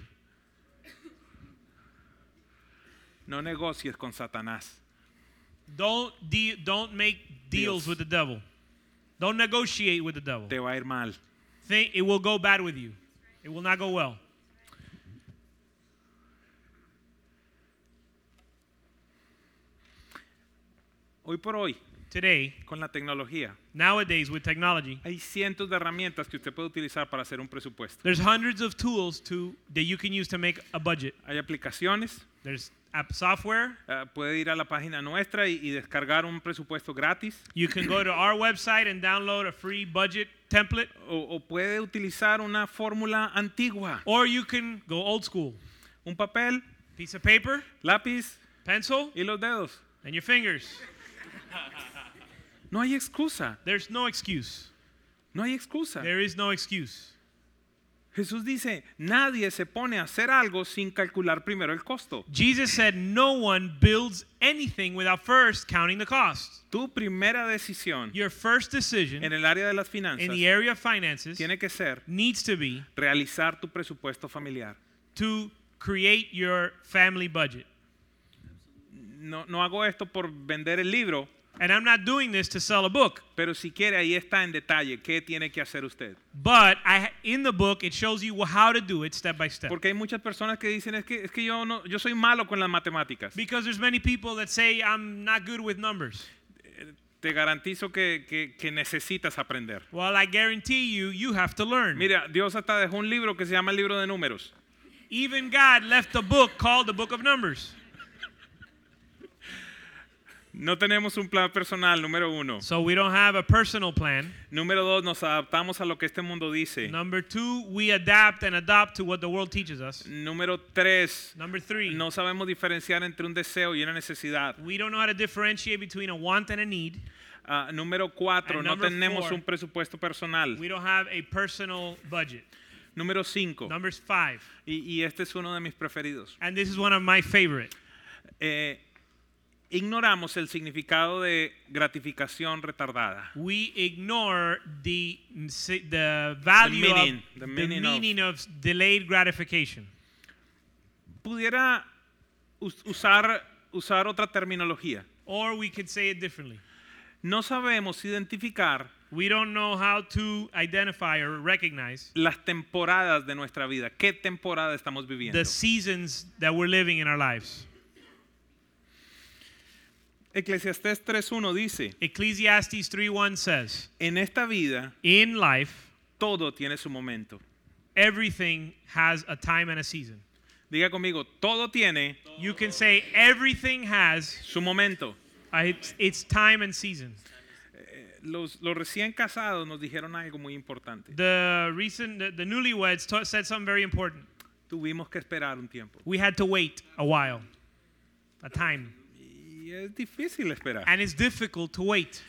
No negocies con Satanás.
Don't de- don't make
Deals.
deals with the devil. Don't negotiate with the devil.
Te va a ir mal.
Think it will go bad with you. It will not go well.
Hoy por hoy,
Today,
con la tecnología,
nowadays with technology,
hay cientos de herramientas que usted puede utilizar para hacer un presupuesto.
there's hundreds of tools to that you can use to make a budget.
Hay aplicaciones,
There's app software.
eh, puede ir a la página nuestra y- y descargar un presupuesto gratis.
You can go to our website and download a free budget template,
O, o puede utilizar una fórmula antigua,
or you can go old school.
un papel,
Piece of paper,
lápiz
pencil,
y los dedos.
and your fingers.
No hay excusa,
There's no excuse.
no hay excusa.
There is no excuse.
Jesús dice, nadie se pone a hacer algo sin calcular primero el costo.
Jesus said, No one builds anything without first counting the cost.
Tu primera decisión
Your first
en
decision
el área de las finanzas
in the area of finances
tiene que ser
needs to be
realizar tu presupuesto familiar.
to create your family budget.
No, no hago esto por vender el libro,
And I'm not doing this to sell a book,
pero si quiere ahí está en detalle qué tiene que hacer usted.
but I, in the book, it shows you how to do it step by step.
Porque hay muchas personas que dicen, es que, es que yo, no, yo soy malo con las matemáticas.
Because there's many people that say, I'm not good with numbers.
Te garantizo que, que- que necesitas aprender.
Well, I guarantee you, you have to learn.
Mira, Dios hasta dejó un libro que se llama el libro de números.
Even God left a book called the Book of Numbers.
No tenemos un plan personal, número uno.
So we don't have a personal plan.
Número dos, nos adaptamos a lo que este mundo dice.
Number two, we adapt and adopt to what the world teaches us.
Número tres,
Number three,
no sabemos diferenciar entre un deseo y una necesidad.
we don't know how to differentiate between a want and a need.
Ah, número cuatro,
And
no
number
tenemos
four.
un presupuesto personal.
We don't have a personal budget.
Número cinco,
Number five,
y, y este es uno de mis preferidos.
and this is one of my favorite.
Eh, ignoramos el significado de gratificación retardada.
We ignore the mm, the value
meaning-
of
the meaning of-
meaning of delayed gratification.
Pudiera us- usar, usar otra terminología.
Or we could say it differently.
No sabemos identificar
We don't know how to identify or recognize
las temporadas de nuestra vida. ¿Qué temporada estamos viviendo?
the seasons that we're living in our lives.
Eclesiastés 3.1 dice,
Ecclesiastes 3:1 says,
en esta vida
"In life,
todo tiene su momento.
everything has a time and a season."
Diga conmigo, todo tiene
You can say everything has
su momento.
a, its, its time and season.
Los, los recién casados nos dijeron algo muy importante.
The recent the, the newlyweds ta- said something very important.
Tuvimos que esperar un tiempo.
We had to wait a while, a time,
Y es difícil esperar.
and it's difficult to wait.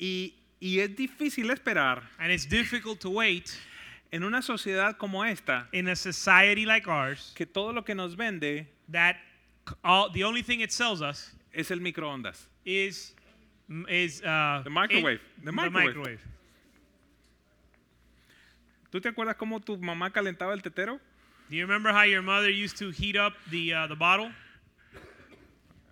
Y, y es difícil esperar
And it's difficult to wait
en una sociedad como esta,
in a society like ours
que todo lo que nos vende
that c- all the only thing it sells us
es el microondas.
is m- is uh,
The microwave.
it-
The microwave.
microwave.
¿Tú te acuerdas cómo tu mamá calentaba el tetero?
Do you remember how your mother used to heat up the uh, the bottle?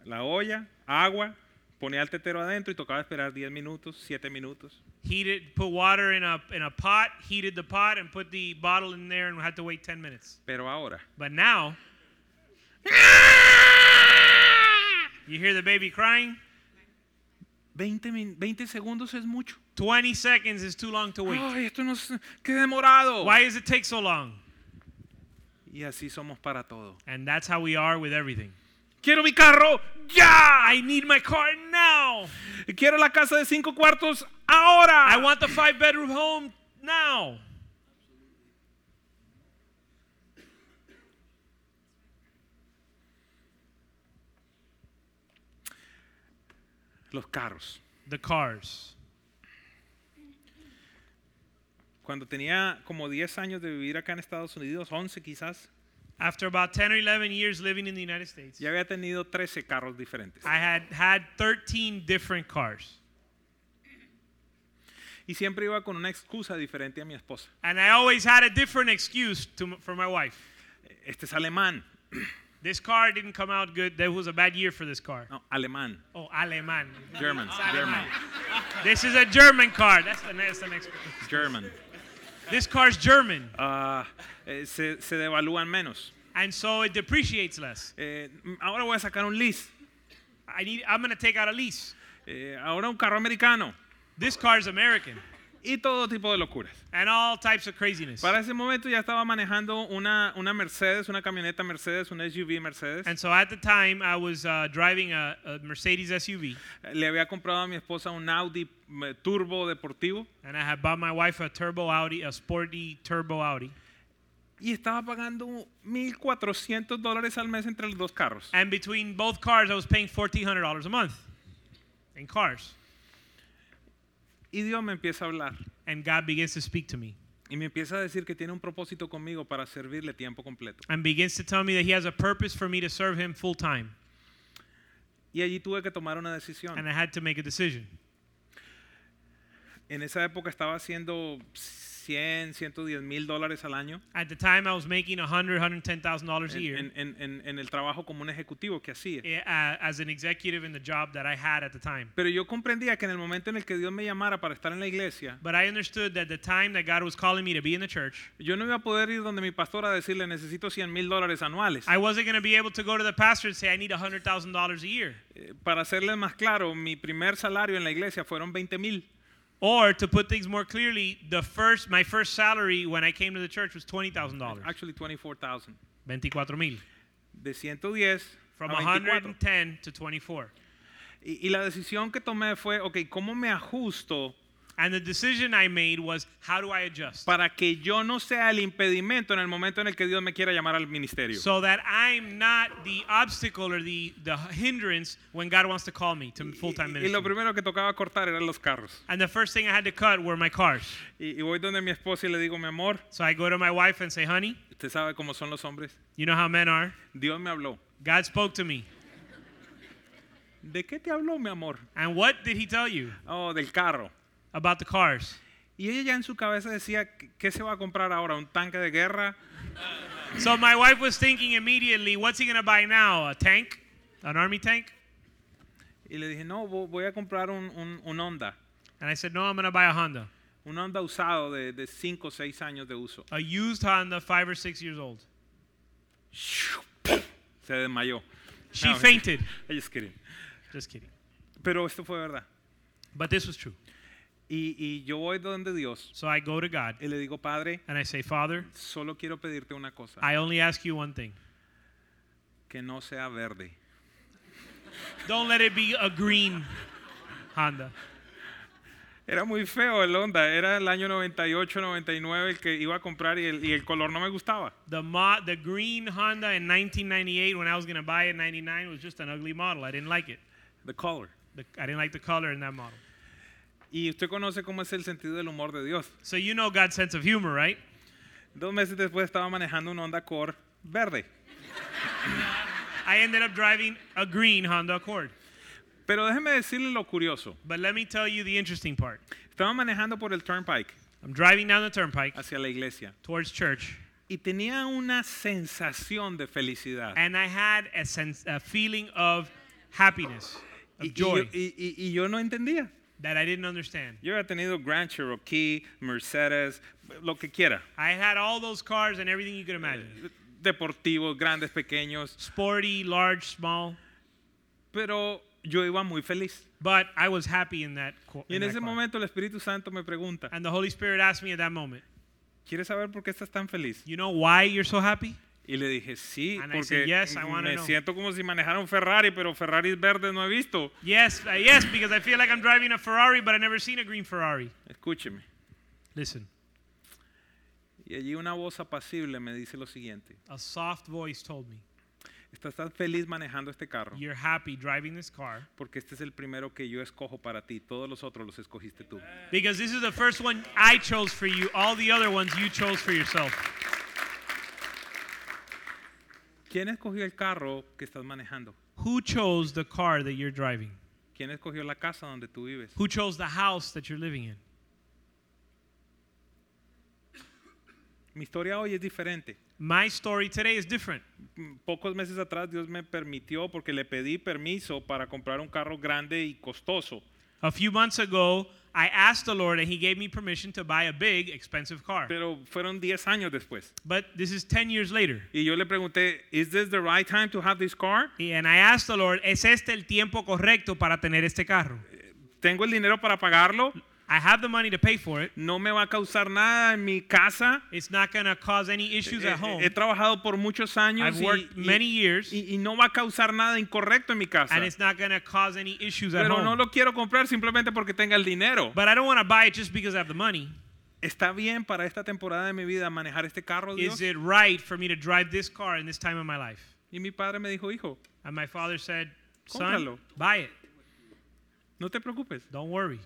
La olla, agua, ponía el tetero adentro y tocaba esperar 10 minutos, 7 minutos.
heated put water in a in a pot heated the pot and put the bottle in there and had to wait 10 minutes
Pero ahora,
but now you hear the baby crying
20, min- 20 segundos es mucho.
20 seconds is too long to wait
Ay, esto no es- ¡Qué demorado!
why does it take so long
Y así somos para todo.
and that's how we are with everything
Quiero mi carro ya.
i need my car now
Quiero la casa de cinco cuartos
i
ahora.
want the five bedroom home now
Los carros.
the cars
Cuando tenía como 10 años de vivir acá en Estados Unidos, 11 quizás,
after about 10 or 11 years living in the united states
ya había tenido 13 carros diferentes.
i had had 13 different cars
Y siempre iba con una excusa diferente a mi esposa.
And I always had a different excuse to, m- for my wife.
Este es alemán.
This car didn't come out good. That was a bad year for this car.
No, alemán.
Oh, Aleman.
German. German.
This is a German car. That's the, that's the next.
German.
This car's German,
Ah, eh, se, se devalúan menos.
and so it depreciates less.
Eh, ahora voy a sacar un lease.
I- I need, I'm going to take out a lease.
Eh, ahora un carro americano
This car's American.
y todo tipo de locuras.
And all types of craziness.
Para ese momento ya estaba manejando una, una Mercedes, una camioneta Mercedes, una SUV Mercedes.
And so at the time, I was uh, driving a, a Mercedes SUV,
Le había comprado a mi esposa un Audi eh, turbo deportivo
and I had bought my wife a turbo Audi, a sporty turbo Audi.
y estaba pagando 1.400 dólares al mes entre los dos carros.
And between both cars, I was paying $1,400 a month in cars.
Y Dios me empieza a hablar
And God begins to speak to me
y me empieza a decir que tiene un propósito conmigo para servirle tiempo completo.
and begins to tell me that He has a purpose for me to serve Him full time.
Y allí tuve que tomar una decisión.
And I had to make a decision.
En esa época estaba haciendo 100, 110 mil dólares al año
At the time, I was making $100,000, $110,000 a year
en, en- en- en el trabajo como un ejecutivo que hacía.
eh, a- as an executive in the job that I had at the time.
Pero yo comprendía que en el momento en el que Dios me llamara para estar en la iglesia,
But I understood that the time that God was calling me to be in the church,
yo no iba a poder ir donde mi pastor a decirle necesito 100 mil dólares anuales.
I wasn't going to be able to go to the pastor and say, I need $100,000 a year.
Eh, Para serles más claro, mi primer salario en la iglesia fueron 20 mil.
Or to put things more clearly, the first my first salary when I came to the church was $20,000.
Actually, 24,000.
24,000.
De 110
From
a 24.
110 to 24.
Y, y la decisión que tomé fue, ok, ¿cómo me ajusto
And the decision I made was, how do I adjust?
para que yo no sea el impedimento en el momento en el que Dios me quiera llamar al ministerio?
So that I'm not the obstacle or the, the hindrance when God wants to call me to full-time
Y- y lo
ministry.
primero que tocaba cortar eran los carros.
And the first thing I had to cut were my cars.
Y, y voy donde mi esposa y le digo, mi amor,
So I go to my wife and say, honey,
usted sabe cómo son los hombres.
you know how men are.
Dios me habló.
God spoke to me.
¿De qué te habló, mi amor?
And what did he tell you
Oh, del carro.
about the cars?
Y ella ya en su cabeza decía, "¿Qué- ¿qué se va a comprar ahora? ¿Un tanque de guerra?
So my wife was thinking immediately, what's he going to buy now? A tank? An army tank?
Y le dije, no, vo- voy a comprar un, un- un Honda.
And I said, no, I'm going to buy a Honda.
Un Honda usado de 5 o 6 años de uso.
A used Honda, five or six years old.
Se desmayó.
She
No,
fainted.
I'm just kidding.
Just kidding.
Pero esto fue verdad.
But this was true.
Y, y yo voy donde Dios
So I go to God
y le digo, Padre,
and I say, Father,
solo quiero pedirte una cosa,
I only ask you one thing.
que no sea verde.
Don't let it be a green Honda.
Era muy feo el Honda, era el año 98, 99 el que iba a comprar y el, y el color no me gustaba.
The mo- the green Honda in 1998 when I was going to buy it in 99 was just an ugly model. I didn't like it.
The color.
The, I didn't like the color in that model.
Y usted conoce cómo es el sentido del humor de Dios.
So you know God's sense of humor, right?
Dos meses después estaba manejando un Honda Core verde.
I ended up driving a green Honda Accord.
Pero déjeme decirle lo curioso.
But let me tell you the interesting part.
Estaba manejando por el Turnpike
I'm driving down the turnpike
hacia la iglesia
towards church,
y tenía una sensación de felicidad.
and I had a sense, a feeling of happiness,
Y, y
of
yo,
joy
y- y- y yo no entendía.
that I didn't understand.
Yo había tenido Grand Cherokee, Mercedes, lo que quiera.
I had all those cars and everything you could imagine.
Deportivos, grandes, pequeños.
Sporty, large, small,
Pero yo iba muy feliz.
but I was happy in that. co-
Y en
in that
ese
car.
momento el Espíritu Santo me pregunta,
And the Holy Spirit asked me at that moment,
¿quieres saber por qué estás tan feliz?
"You know why you're so happy?"
Y le dije, sí,
And I
porque
said, "Yes, I wanna
me
know."
siento como si manejara un Ferrari, pero Ferraris verdes no he visto.
Yes, uh, yes, because I feel like I'm driving a Ferrari, but I never seen a green Ferrari.
Escúcheme.
Listen,
Y allí una voz apacible me dice lo siguiente,
a soft voice told me,
estás tan feliz manejando este carro.
"You're happy driving this car
Porque este es el primero que yo escojo para ti. Todos los otros los escogiste tú.
because this is the first one I chose for you. All the other ones you chose for yourself."
¿Quién escogió el carro que estás manejando?
Who chose the car that you're driving?
¿Quién escogió la casa donde tú vives?
Who chose the house that you're living in?
Mi historia hoy es diferente.
My story today is different.
Mm, Pocos meses atrás Dios me permitió, porque le pedí permiso para comprar un carro grande y costoso.
A few months ago, I asked the Lord and He gave me permission to buy a big, expensive car.
Pero fueron 10 años después.
But this is 10 years later.
Y yo le pregunté, ¿Is this the right time to have this car?
And I asked the Lord, ¿es este el tiempo correcto para tener este carro?
¿Tengo el dinero para pagarlo?
I have the money to pay for it.
¿No me va a causar nada en mi casa? Eh,
It's not going to cause any issues at home.
He, he trabajado por muchos años
I've
y,
worked
y-
many years.
y- y no va a causar nada incorrecto en mi casa.
And it's not going to cause any issues at
Pero no
home.
lo quiero comprar simplemente porque tenga el dinero.
But I don't want to buy it just because I have the money.
¿Está bien para esta temporada de mi vida manejar este carro, Dios?
Is it right for me to drive this car in this time of my life?
Y mi padre me dijo, hijo,
And my father said,
Cómpralo.
son, buy it.
no te preocupes.
Don't worry.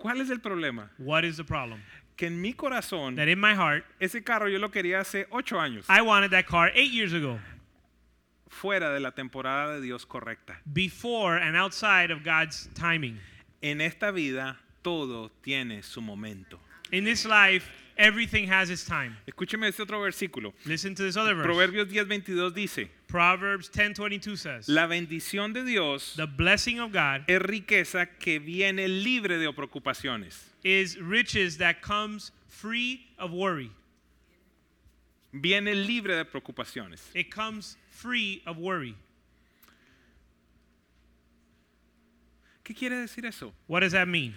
¿Cuál es el problema?
What is the problem?
Que en mi corazón,
That in my heart,
ese carro yo lo quería hace ocho años,
I wanted that car eight years ago,
fuera de la temporada de Dios correcta.
before and outside of God's timing.
En esta vida, todo tiene su momento.
In this life, everything has its time.
Escúcheme este otro versículo.
Listen to this other verse.
Proverbios 10:22 dice,
Proverbs 10:22 says,
la bendición de Dios
"The blessing of God
es riqueza que viene libre de preocupaciones.
is riches that comes free of worry.
Viene libre de preocupaciones.
It comes free of worry."
¿Qué quiere decir eso?
What does that mean?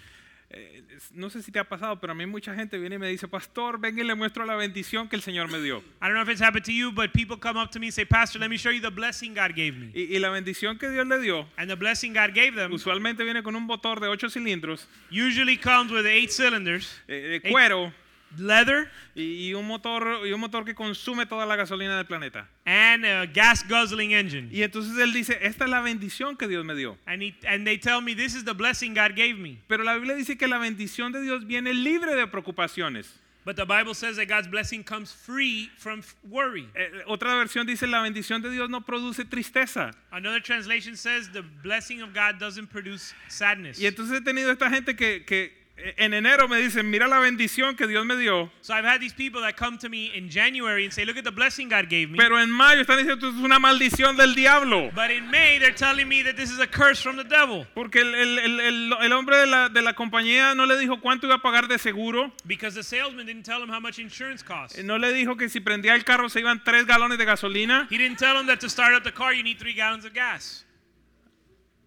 Eh, es- no sé si te ha pasado, pero a mí mucha gente viene y me dice, pastor, ven y le muestro la bendición que el Señor me dio.
I don't know if it's happened to you, but people come up to me and say, "Pastor, let me show you the blessing God gave me."
Y, y la bendición que Dios le dio,
And the blessing God gave them
usualmente viene con un motor de ocho cilindros,
usually comes with eight cylinders,
eh, de
Ey.
cuero,
leather,
y, y un motor, y un motor que consume toda la gasolina del planeta.
and a gas guzzling engine.
Y entonces él dice, esta es la bendición que Dios me dio.
And, he, and they tell me, This is the blessing God gave me.
Pero la Biblia dice que la bendición de Dios viene libre de preocupaciones.
But the Bible says that God's blessing comes free from f- worry.
Eh, otra versión dice, la bendición de Dios no produce tristeza.
Another translation says the blessing of God doesn't produce sadness.
Y entonces he tenido esta gente que, que eh, en enero me dicen, mira la bendición que Dios me dio.
So I've had these people that come to me in January and say, Look at the blessing God gave me.
Pero en mayo están diciendo, "Esto es una maldición del diablo.
But in May, they're telling me that this is a curse from the devil
Porque el, el- el- el- el hombre de la, de la compañía no le dijo cuánto iba a pagar de seguro.
because the salesman didn't tell him how much insurance costs.
No le dijo que si prendía el carro se iban tres galones de gasolina.
He didn't tell him that to start up the car, you need three gallons of gas.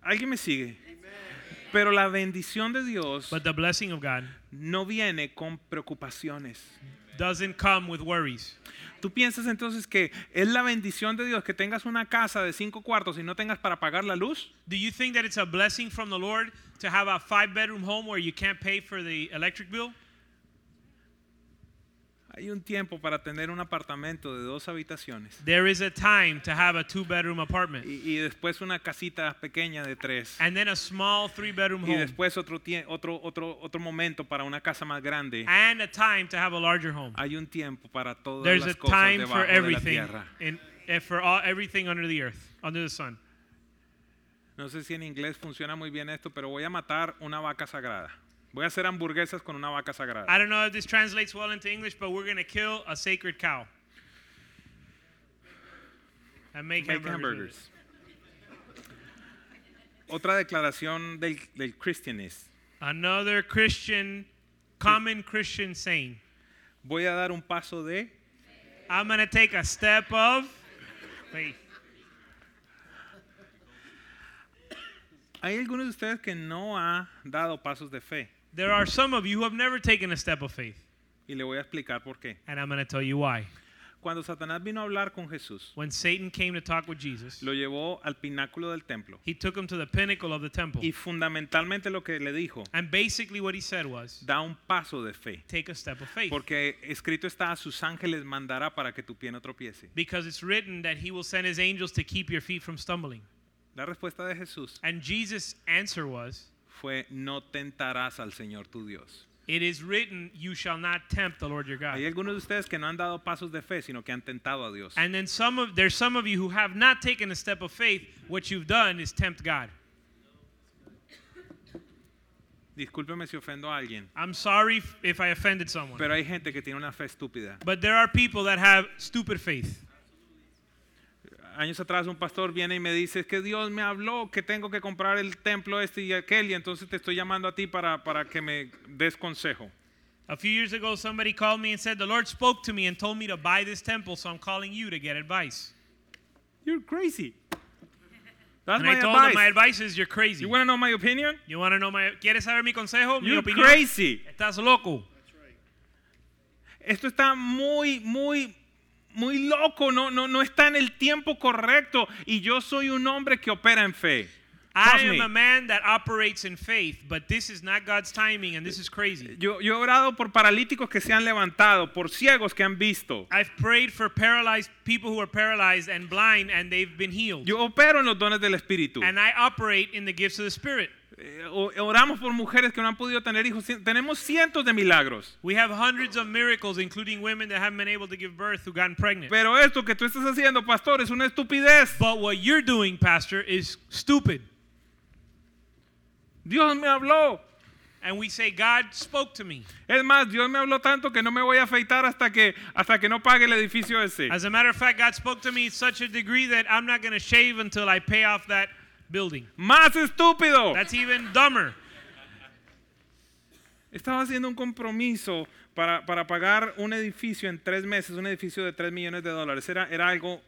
Alguien me sigue. Pero la bendición de Dios
But the blessing of God
no viene con preocupaciones.
doesn't come with worries.
Tú piensas entonces que es la bendición de Dios que tengas una casa de cinco cuartos y no tengas para pagar la luz.
Do you think that it's a blessing from the Lord to have a five bedroom home where you can't pay for the electric bill?
Hay un tiempo para tener un apartamento de dos habitaciones
There is a time to have a two bedroom apartment
y, y después una casita pequeña de tres.
and then a small three bedroom
Y
home
después otro, tie- otro, otro, otro momento para una casa más grande.
and a time to have a larger home.
Hay un tiempo para todas
There's a
las cosas
time
debajo
for
de la
everything
tierra.
in, eh, for all, everything under the earth, under the sun.
No sé si en inglés funciona muy bien esto, pero voy a matar una vaca sagrada. Voy a hacer hamburguesas con una vaca sagrada.
I don't know if this translates well into English, but we're going to kill a sacred cow and make,
Make
hamburgers.
hamburgers. Otra declaración del, del Christianist.
Another Christian, common Christian saying.
Voy a dar un paso de
I'm going to take a step of faith.
Hay algunos de ustedes que no ha dado pasos de fe
There are some of you who have never taken a step of faith,
y le voy a explicar por qué.
and I'm going to tell you why.
Cuando Satanás vino a hablar con Jesús,
When Satan came to talk with Jesus,
lo llevó al pináculo del templo
he took him to the pinnacle of the temple.
y fundamentalmente lo que le dijo,
And basically, what he said was,
da un paso de fe,
take a step of faith.
porque escrito está, a sus ángeles mandará para que tu pie no tropiece.
Because it's written that he will send his angels to keep your feet from stumbling.
La respuesta de Jesús
And Jesus' answer was,
fue, no tentarás al Señor tu Dios.
It is written, You shall not tempt the Lord your God.
Hay algunos de ustedes que no han dado pasos de fe, sino que han tentado a Dios.
And then some of there's some of you who have not taken a step of faith. What you've done is tempt God.
Discúlpeme si ofendo a alguien,
I'm sorry if- if I offended someone.
pero hay gente que tiene una fe estúpida.
But there are people that have stupid faith.
años atrás un pastor viene y me dice, es que Dios me habló que tengo que comprar el templo este y aquel, y entonces te estoy llamando a ti para, para que me des consejo.
A few years ago, somebody called me and said, The Lord spoke to me and told me to buy this temple, so I'm calling you to get advice.
You're crazy. That's
and
my
I told
advice.
him, My advice is you're crazy.
You want to know my opinion?
You want to know my. ¿Quieres saber mi consejo? Mi
You're
opinión.
crazy.
Estás loco.
Esto está muy, muy, muy loco. No, no, no está en el tiempo correcto. Y yo soy un hombre que opera en fe.
I
Trust
am
me.
a man that operates in faith, but this is not God's timing and this is crazy.
Yo, yo he orado por paralíticos que se han levantado, por ciegos que han visto.
I've prayed for paralyzed people who are paralyzed and blind and they've been healed.
Yo opero en los dones del Espíritu.
And I operate in the gifts of the Spirit.
Eh, o- Oramos por mujeres que no han podido tener hijos. Cien- Tenemos cientos de milagros.
We have hundreds of miracles, including women that haven't been able to give birth who gotten pregnant.
Pero esto que tú estás haciendo, pastor, es una estupidez.
But what you're doing, Pastor, is stupid.
Dios me habló.
And we say, God spoke to me.
Es más, Dios me habló tanto que no me voy a afeitar hasta que, hasta que no pague el edificio ese.
As a matter of fact, God spoke to me to such a degree that I'm not going to shave until I pay off that building.
Más estúpido.
That's even dumber.
Estaba haciendo un compromiso para, para pagar un edificio en tres meses, un edificio de tres millones de dólares. Era, era algo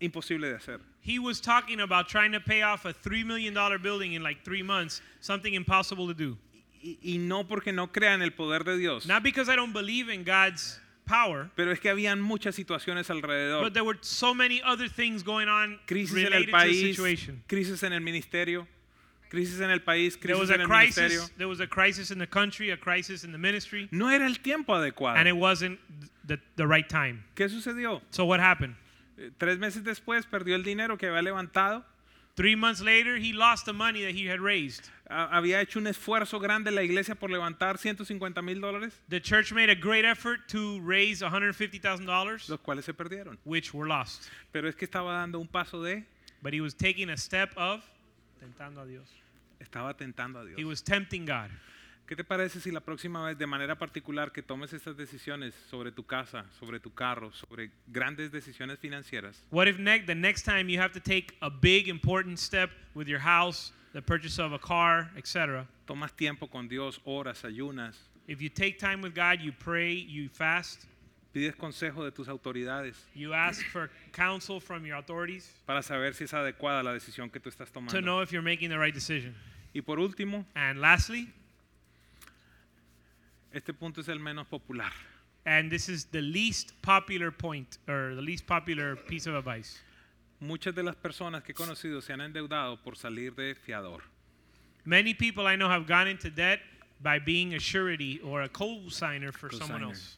imposible de hacer.
He was talking about trying to pay off a $3 million building in like three months, something impossible to do.
Y, y no porque no crean el poder de Dios,
Not because I don't believe in God's power,
pero es que habían muchas situaciones alrededor.
but there were so many other things going on
Crisis en el
related to the
país,
situation.
crisis en el ministerio, crisis en el país,
There
crisis
was a
en el ministerio.
crisis. There was a crisis in the country, a crisis in the ministry,
No era el tiempo adecuado.
and it wasn't the, the right time.
¿Qué sucedió?
So what happened?
Eh, Tres meses después perdió el dinero que había levantado.
Three months later, he lost the money that he had raised.
A- había hecho un esfuerzo grande la iglesia por levantar 150 mil dólares,
The church made a great effort to raise $150,000,
los cuales se perdieron.
which were lost.
Pero es que estaba dando un paso de,
But he was taking a step of tentando a Dios.
estaba tentando a
He
Dios.
was tempting God.
¿Qué te parece si la próxima vez, de manera particular, que tomes estas decisiones sobre tu casa, sobre tu carro, sobre grandes decisiones financieras,
What if ne- the next time you have to take a big important step with your house, the purchase of a car, etc.
tomas tiempo con Dios, horas, ayunas,
If you take time with God, you pray, you fast,
pides consejo de tus autoridades
you ask for counsel from your authorities
para saber si es adecuada la decisión que tú estás
to
tomando?
know if you're making the right decision.
Y por último,
And lastly,
este punto es el menos popular.
and this is the least popular point or the least popular piece of advice.
Muchas de las personas que he conocido se han endeudado por salir de fiador.
Many people I know have gone into debt by being a surety or a co-signer for someone
Cosigner.
else.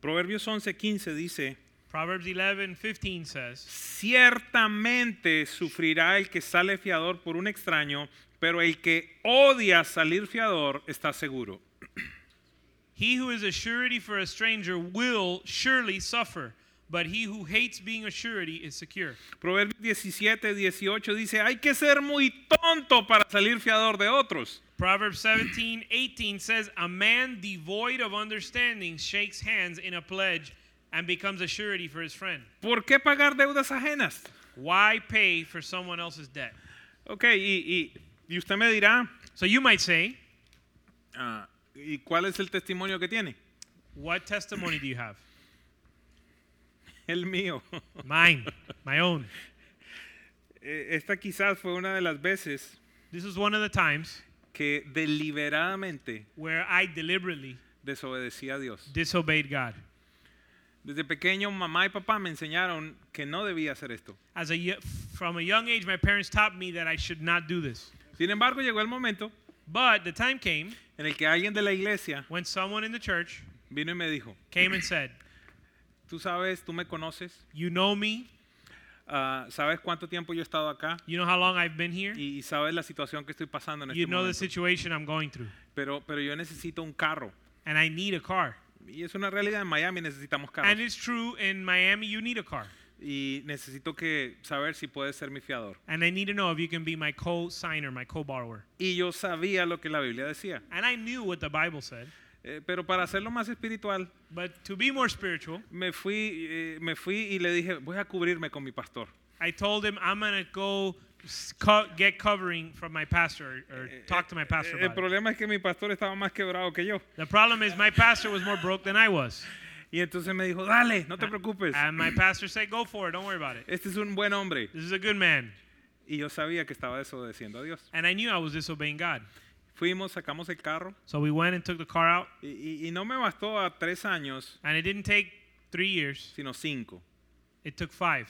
Proverbios 11:15 dice,
Proverbs 11:15 says,
Ciertamente sufrirá el que sale fiador por un extraño, pero el que odia salir fiador está seguro.
He who is a surety for a stranger will surely suffer, but he who hates being a surety is secure.
Proverbios 17, 18 dice, hay que ser muy tonto para salir fiador de otros.
Proverbs 17, 18 says, A man devoid of understanding shakes hands in a pledge and becomes a surety for his friend.
¿Por qué pagar deudas ajenas?
Why pay for someone else's debt?
Ok, y, y- y usted me dirá,
So you might say,
ah, ¿y cuál es el testimonio que tiene?
What testimony do you have?
El mío.
Mine, my own.
Eh, Esta quizás fue una de las veces
This is one of the times
que deliberadamente
where I deliberately
desobedecí a Dios.
disobeyed God.
Desde pequeño mamá y papá me enseñaron que no debía hacer esto.
As a, yo- from a young age, my parents taught me that I should not do this.
Sin embargo, llegó el momento
But the time came
en el que alguien de la iglesia
when someone in the church
vino y me dijo,
came and said,
tú sabes, tú me conoces,
You know me,
ah, sabes cuánto tiempo yo he estado acá
you know how long I've been here,
y, y sabes la situación que estoy pasando en este
you know the
momento.
situation I'm going through,
Pero, pero yo necesito un carro.
and I need a car.
Y es una realidad, en Miami necesitamos
And
carros.
it's true, in Miami, you need a car.
Y necesito que saber si puedes ser mi fiador.
And I need to know if you can be my co signer, my co borrower.
Y yo sabía lo que la Biblia decía.
And I knew what the Bible said.
Eh, pero para hacerlo más espiritual,
But to be more spiritual,
me fui, eh, me fui y le dije, voy a cubrirme con mi pastor.
I told him I'm gonna go s- co- get covering from my pastor or, or talk to my pastor.
El
About it.
problema es que mi pastor estaba más quebrado que yo.
The problem is my pastor was more broke than I was,
Y entonces me dijo, dale, no te preocupes.
and my pastor said, "Go for it. Don't worry about it.
Este es un buen hombre.
This is a good man."
Y yo sabía que estaba desobedeciendo a Dios.
And I knew I was disobeying God,
Fuimos, sacamos el carro.
so we went and took the car out,
Y, y- y no me bastó a tres años,
and it didn't take three years.
sino cinco.
It took five,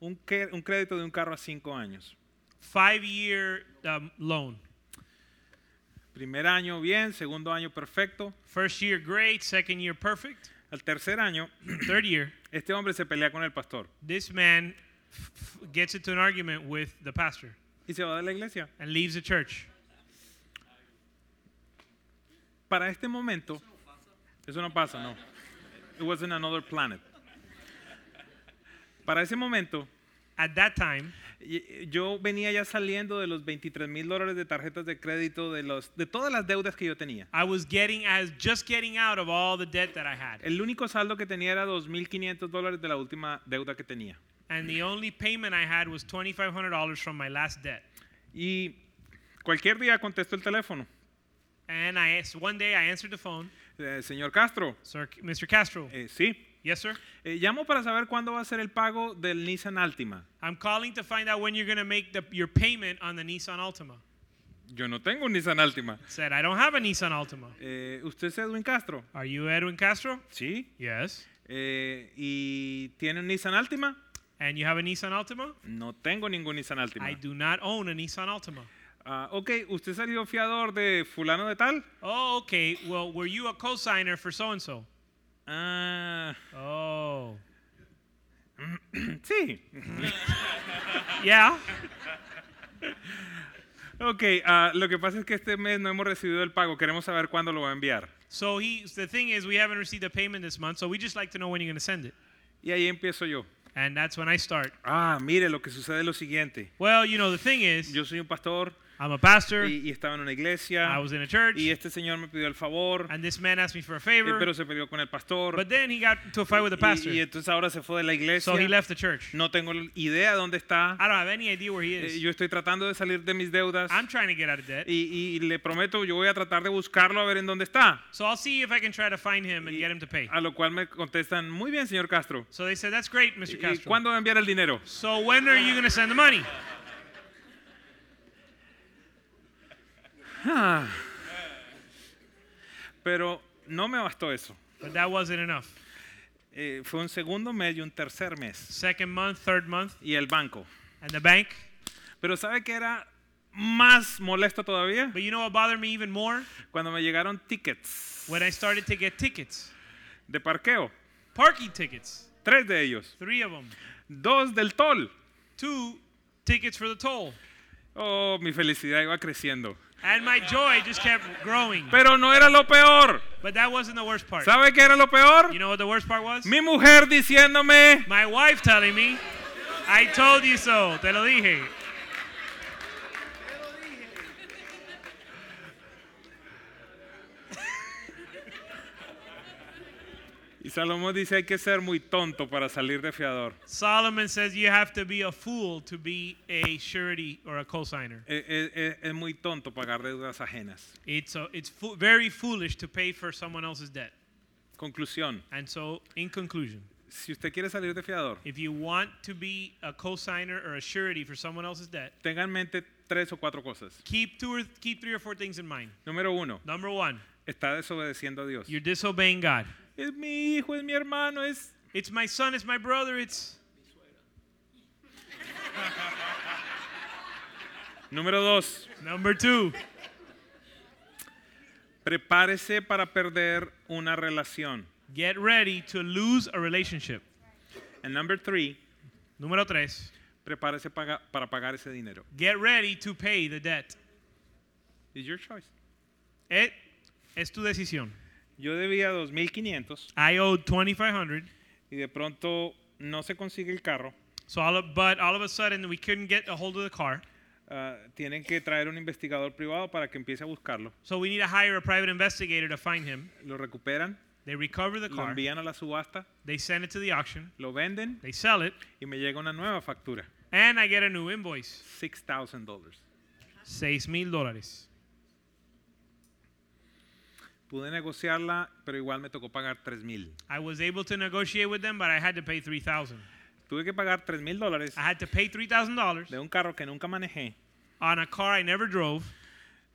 Un, que- un crédito de un carro a cinco años.
five year um, loan.
Primer año bien, segundo año perfecto.
First year great, second year perfect,
Al tercer año,
third year
este hombre se pelea con el pastor
this man f- f- gets into an argument with the pastor
y se va de la iglesia.
and leaves the church.
Para este momento, eso no pasa, no. It was in another planet. Para ese momento,
At that time,
y- yo venía ya saliendo de los 23 mil dólares de tarjetas de crédito, de, los, de todas las deudas que yo tenía.
I was getting as just getting out of all the debt that I had,
El único saldo que tenía era 2.500 dólares de la última deuda que tenía.
and the only payment I had was twenty-five hundred dollars from my last debt.
Y cualquier día contesto el teléfono.
And I ans- one day I answered the phone,
Eh, señor Castro,
Sir Mr. Castro.
eh, sí.
Yes, sir.
Eh, llamo para saber cuándo va a ser el pago del Nissan Altima.
I'm calling to find out when you're gonna make the, your payment on the Nissan Altima.
Yo no tengo un Nissan Altima.
Said I don't have a Nissan Altima.
Eh, ¿Usted es Edwin Castro?
Are you Edwin Castro?
Sí.
Yes.
Eh, ¿Y tiene un Nissan Altima?
And you have a Nissan Altima?
No tengo ningún Nissan Altima.
I do not own a Nissan Altima.
Ah, ok, ¿usted salió fiador de fulano de tal?
Oh, okay. Well, were you a cosigner for so and so?
Ah,
Oh.
sí.
Yeah.
Ok, ah, lo que pasa es que este mes no hemos recibido el pago. Queremos saber cuándo lo va a enviar.
So he the thing is we haven't received a payment this month, so we just like to know when you're going to send it.
Y ahí empiezo yo.
And that's when I start.
Ah, mire, lo que sucede es lo siguiente.
Well, you know, the thing is
Yo soy un pastor
I'm a pastor.
y, y estaba en una iglesia.
I was in a church
Y este señor me pidió el favor, eh,
and this man asked me for a
pero
favor,
se peleó con el pastor.
but then he got into a fight with the
Y, y
pastor.
entonces ahora se fue de la iglesia.
So he left the church.
No tengo idea dónde está.
I don't have any idea where he
Eh,
is.
Yo estoy tratando de salir de mis deudas.
I'm trying to get out of debt.
Y, y le prometo, yo voy a tratar de buscarlo a ver en dónde está.
So I'll see if I can try to find him and
Y- ah,
get him to pay.
A lo cual me contestan, muy bien, señor Castro.
So they said, "That's great, Mr.
¿Y
Castro."
cuándo va a enviar el dinero?
So when are you going to send the money?
Pero no me bastó eso.
But that wasn't enough.
Eh, fue un segundo mes y un tercer mes.
Second month, third month,
Y el banco.
and the bank.
Pero ¿sabe qué era más molesto todavía?
But you know what bothered me even more?
Cuando me llegaron tickets
When I started to get tickets,
de parqueo.
parking tickets,
Tres de ellos.
three of them,
Dos del toll.
two tickets for the toll,
Oh, mi felicidad iba creciendo.
and my joy just kept growing.
Pero no era lo peor.
But that wasn't the worst part.
¿Sabe qué era lo peor?
You know what the worst part was?
Mi mujer diciéndome,
My wife telling me, "I told you so." Te lo dije.
y Salomón dice hay que ser muy tonto para salir de fiador.
Solomon says you have to be a fool to be a surety or a cosigner.
Eh, eh, eh, es muy tonto pagar deudas ajenas.
It's a, it's fo- very foolish to pay for someone else's debt.
Conclusión,
And so, in conclusion,
si usted quiere salir de fiador,
if you want to be a cosigner or a surety for someone else's debt,
tenga en mente tres o cuatro cosas.
keep two or keep three or four things in mind.
Número uno,
Number one,
está desobedeciendo a Dios.
you're disobeying God.
Es mi hijo, es mi hermano, es...
It's my son, it's my brother, it's
Número dos,
number two.
prepárese para perder una relación.
Get ready to lose a relationship.
And number three,
Número tres.
prepárese paga- para pagar ese dinero.
Get ready to pay the debt.
It's your choice.
It es tu decisión.
Yo debía 2.500
I owed 2500
y de pronto no se consigue el carro.
so all of, but all of a sudden we couldn't get a hold of the car.
ah, tienen que traer un investigador privado para que empiece a buscarlo.
So we need to hire a private investigator to find him.
Lo recuperan,
They recover the
lo
car.
envían a la subasta,
They send it to the auction.
lo venden
They sell it,
y me llega una nueva factura.
and I get a new invoice.
$6,000.
Seis mil dólares.
Pude negociarla, pero igual me tocó pagar $3,000.
I was able to negotiate with them, but I had to pay three thousand.
Tuve que pagar $3,000 dólares
I had to pay three thousand dollars
de un carro que nunca manejé,
on a car I never drove,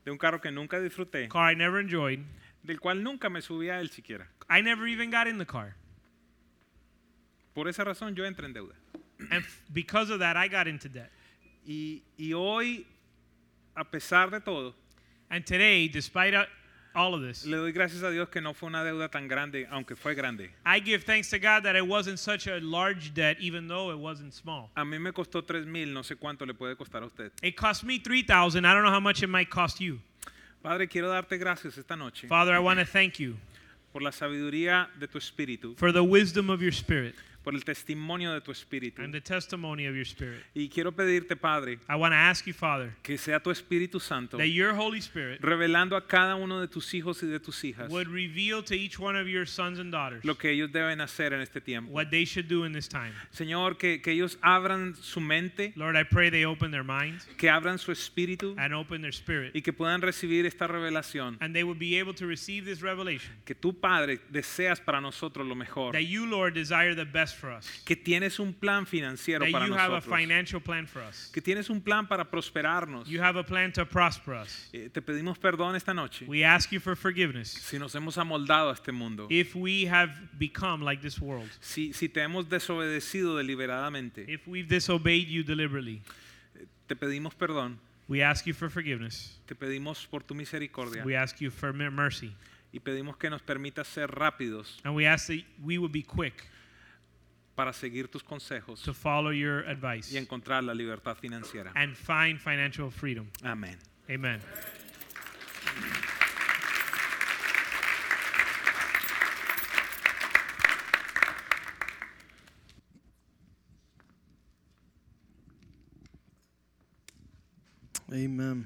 de un carro que nunca disfruté,
car I never enjoyed.
del cual nunca me subí a él siquiera.
I never even got in the car,
Por esa razón yo entré en deuda.
and f- because of that, I got into debt.
Y, y hoy, a pesar de todo,
And today, despite uh, all of this,
le doy gracias a Dios que no fue una deuda tan grande, aunque fue grande.
I give thanks to God that it wasn't such a large debt, even though it wasn't small.
A mí me costó $3,000, mil, no sé cuánto le puede costar a usted.
It cost me three thousand. I don't know how much it might cost you,
Padre, quiero darte gracias esta noche
Father. I want to thank you
por la sabiduría de tu espíritu,
for the wisdom of your Spirit
por el testimonio de tu espíritu.
and the testimony of your Spirit.
Y quiero pedirte, Padre,
I want to ask you, Father,
que sea tu Espíritu Santo
that your Holy Spirit
revelando a cada uno de tus hijos y de tus hijas
would reveal to each one of your sons and daughters
lo que ellos deben hacer en este tiempo.
what they should do in this time.
Señor, que, que ellos abran su mente,
Lord, I pray they open their minds
que abran su espíritu
and open their spirit,
y que puedan recibir esta revelación.
and they would be able to receive this revelation
Que tú, Padre, deseas para nosotros lo mejor.
that you, Lord, desire the best for us,
Que tienes un plan financiero
that
para
you have a
nosotros.
financial plan for us,
Que tienes un plan para prosperarnos.
you have a plan to prosper us.
Eh, te pedimos perdón esta noche
We ask you for forgiveness
si nos hemos amoldado a este mundo.
if we have become like this world,
Si, si te hemos desobedecido deliberadamente.
if we've disobeyed you deliberately.
Te pedimos perdón.
We ask you for forgiveness.
Te pedimos por tu misericordia.
We ask you for mer- mercy.
y pedimos que nos permitas ser rápidos
And we ask that we would be quick
para seguir tus consejos
to follow your advice
y encontrar la libertad financiera.
and find financial freedom.
Amén.
Amen.
Amén.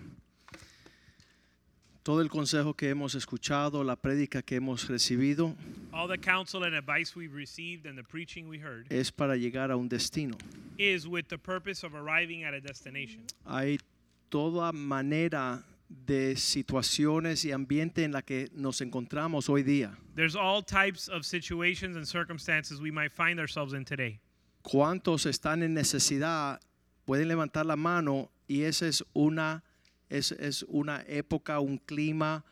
Todo el consejo que hemos escuchado, la prédica que hemos recibido,
All the counsel and advice we've received and the preaching we heard
es para llegar a un destino.
is with the purpose of arriving at a destination.
Hay toda manera de situaciones y ambiente en la que nos encontramos hoy día.
There's all types of situations and circumstances we might find ourselves in today.
¿Cuántos están en necesidad? Pueden levantar la mano y esa es una, es, es una época, un clima,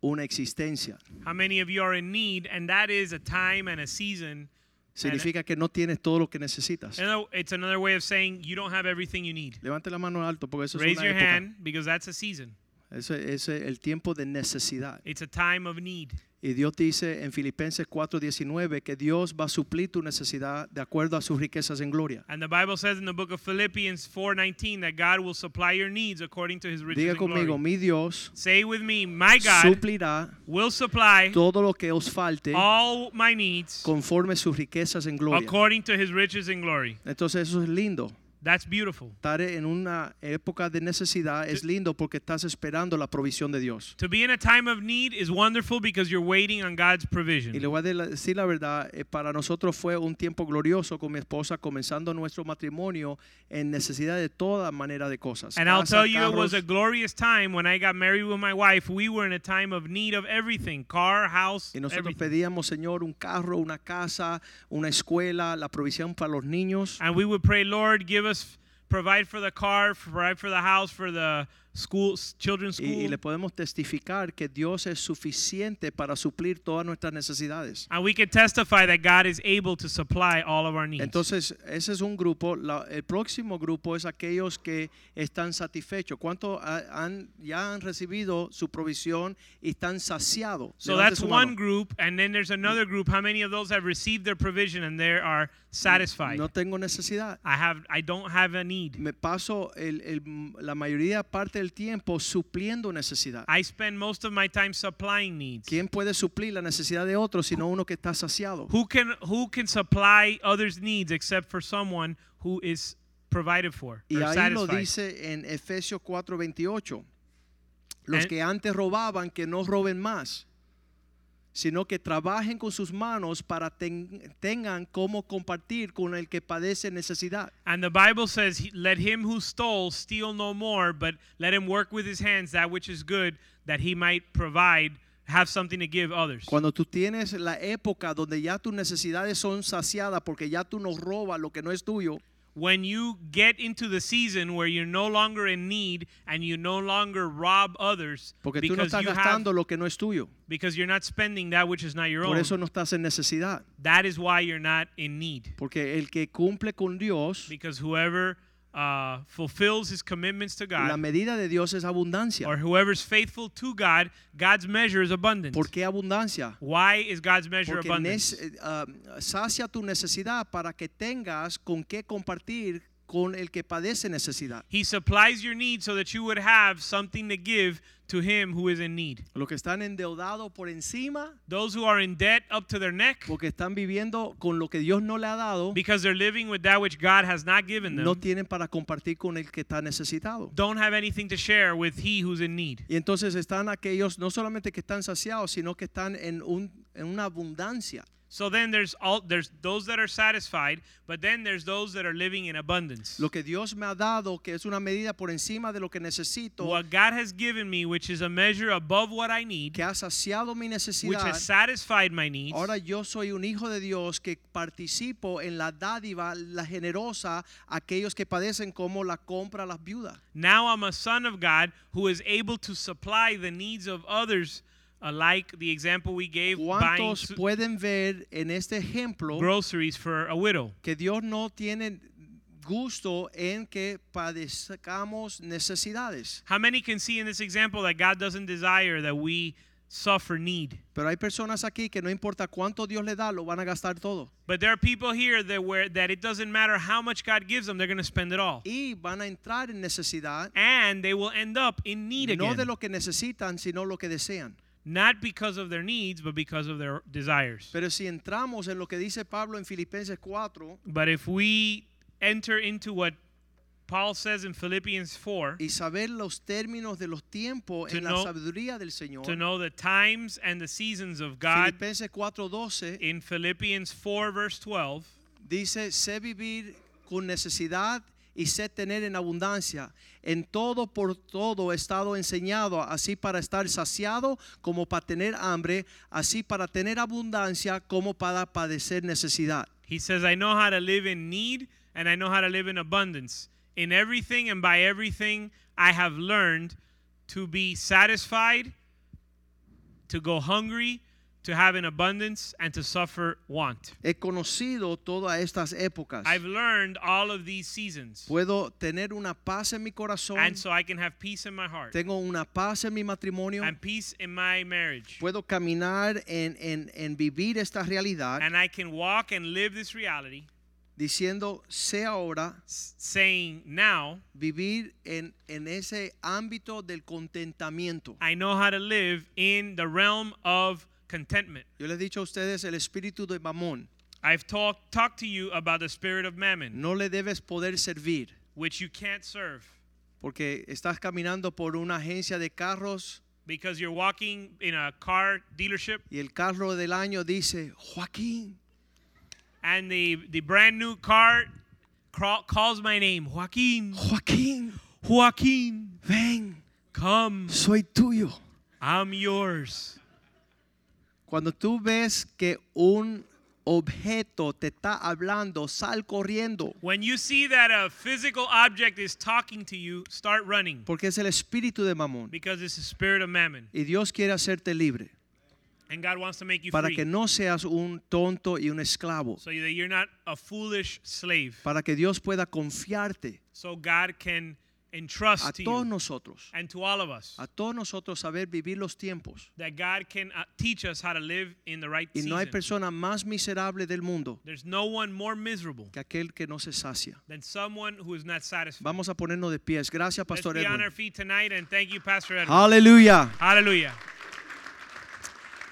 una existencia.
How many of you are in need? And that is a time and a season.
Significa que no tienes todo lo que necesitas.
You know, It's another way of saying you don't have everything you need.
Levante la mano alto porque eso es
Raise
una
your
época.
hand because that's a season.
Ese es el tiempo de necesidad.
It's a time of need.
Y Dios dice en Filipenses 4:19 que Dios va a suplir tu necesidad de acuerdo a sus riquezas en gloria.
And the Bible says in the book of Philippians 4:19 that God will supply your needs according to his riches
Diga
and glory.
conmigo, mi Dios
Say with me, my God Oh.
suplirá
will supply
todo lo que os falte
all my needs
conforme sus riquezas en gloria.
according to his riches and glory.
Entonces eso es lindo.
That's beautiful.
Estar en una época de necesidad es lindo porque estás esperando la provisión de Dios.
To be in a time of need is wonderful because you're waiting on God's
Y le
provision.
voy a de- decir la verdad, eh, para nosotros fue un tiempo glorioso con mi esposa comenzando nuestro matrimonio en necesidad de toda manera de cosas.
And I'll
Casa,
tell you, it was
carros,
a glorious time when I got married with my wife. We were in a time of need of everything car, house,
Y nosotros
everything.
pedíamos, Señor, un carro, una casa, una escuela, la provisión para los niños.
And we would pray, Lord, give us, provide for the car, provide for the house, for the school, s- children's
Y, y
school.
le podemos testificar que Dios es suficiente para suplir todas nuestras necesidades.
And we can testify that God is able to supply all of our needs.
Entonces, ese es un grupo. La- el próximo grupo es aquellos que están satisfechos. ¿Cuántos ha- han, ya han recibido su provisión y están saciados?
so
Levante
that's
su mano.
one group, and then there's another group. How many of those have received their provision and they are satisfied?
No tengo necesidad.
I have, I don't have a need.
Me paso el- el- la mayoría parte del tiempo supliendo necesidad.
I spend most of my time supplying needs.
¿Quién puede suplir la necesidad de otro sino uno que está saciado?
Who can who can supply others' needs except for someone who is provided for
Y
or
ahí lo
satisfied.
dice en Efesios 4:28. Los
And-
que antes robaban, que no roben más, sino que trabajen con sus manos para ten- tengan cómo compartir con el que padece necesidad.
And the Bible says, "He- Let him who stole steal no more, but let him work with his hands that which is good, that he might provide, have something to give others.
Cuando tú tienes la época donde ya tus necesidades son saciadas porque ya tú no robas lo que no es tuyo,
When you get into the season where you're no longer in need and you no longer rob others
porque tú no
because,
estás
you
gastando
have,
lo que no es tuyo.
because you're not spending that which is not your
Por
own,
eso no estás en necesidad.
that is why you're not in need.
Porque el que cumple con Dios,
Because whoever uh, fulfills his commitments to
la
God
medida de Dios es abundancia.
or whoever's faithful to God, God's measure is abundant.
¿Por qué abundancia?
Why is God's measure
Porque
abundant?
nece- eh, ah, sacia tu necesidad para que tengas con qué compartir con el que padece necesidad.
He supplies your need so that you would have something to give to him who is in need.
Los que están endeudados por encima,
Those who are in debt up to their neck
porque están viviendo con lo que Dios no le ha dado,
because they're living with that which God has not given them
no tienen para compartir con el que está necesitado.
don't have anything to share with he who's in need.
Y entonces están aquellos no solamente que están saciados, sino que están en, un- en una abundancia.
So then there's all there's those that are satisfied, but then there's those that are living in abundance.
Lo que Dios me ha dado, que es una medida por encima de lo que necesito,
what God has given me, which is a measure above what I need,
que ha saciado mi
which
necesidad,
has satisfied my needs.
Ahora yo soy un hijo de Dios que participo en la dádiva, la generosa, a aquellos que padecen como la compra las viudas.
Now I'm a son of God who is able to supply the needs of others, uh, like the example we gave buying
¿Cuántos
su-
pueden ver en este ejemplo
groceries for a widow.
que Dios no tiene gusto en que padezcamos necesidades?
How many can see in this example that God doesn't desire that we suffer need?
Pero hay personas aquí que no importa cuánto Dios le da, lo van a gastar todo.
But there are people here that where that it doesn't matter how much God gives them, they're going to spend it all,
Y van a entrar en necesidad,
and they will end up in need
no
again.
de lo que necesitan, sino lo que desean.
Not because of their needs, but because of their desires.
Pero si entramos en lo que dice Pablo en Filipenses 4,
But if we enter into what Paul says in Philippians 4
y saber los términos de los tiempos
To
en la
know-
sabiduría del Señor.
to know the times and the seasons of God
Filipenses 4:12
in Philippians 4 verse 12,
dice, sé vivir con necesidad y sé tener en abundancia. En todo por todo he estado enseñado, así para estar saciado como para tener hambre, así para tener abundancia como para padecer necesidad.
he says, "I know how to live in need and I know how to live in abundance. In everything and by everything I have learned to be satisfied, to go hungry, to have an abundance and to suffer want."
He conocido todas estas épocas.
I've learned all of these seasons.
Puedo tener una paz en mi corazón.
And so I can have peace in my heart.
Tengo una paz en mi matrimonio.
and peace in my marriage.
puedo caminar en, en- en vivir esta realidad
And I can walk and live this reality,
diciendo, sé ahora
s- saying, Now
vivir en, en ese ámbito del contentamiento.
I know how to live in the realm of contentment.
Yo les he dicho a ustedes el espíritu de mamón.
I've talked talked to you about the spirit of mammon,
No le debes poder servir
which you can't serve
porque estás caminando por una agencia de carros
because you're walking in a car dealership
y el carro del año dice, Joaquín,
and the, the brand new car craw- calls my name, Joaquin.
Joaquín,
Joaquin,
ven,
come,
soy tuyo.
I'm yours.
Cuando tú ves que un objeto te está hablando, sal corriendo.
When you see that a physical object is talking to you, start running
Porque es el espíritu de mamón.
because it's the spirit of mammon.
Y Dios quiere hacerte libre
And God wants to make you
para
free
que no seas un tonto y un esclavo.
so that you're not a foolish slave.
Para que Dios pueda confiarte
So God can
a
entrust to
todos
you
nosotros,
and to all of us
a todos nosotros saber vivir los tiempos.
that God can uh, teach us how to live in the right
Y no hay
season.
persona más miserable del mundo
There's no one more miserable
que aquel que no se sacia.
than someone who is not satisfied.
Vamos a ponernos de pies. Gracias,
Let's
Pastor
be on our
Edwin.
feet tonight and thank you, Pastor Edwin.
Aleluya.
Hallelujah.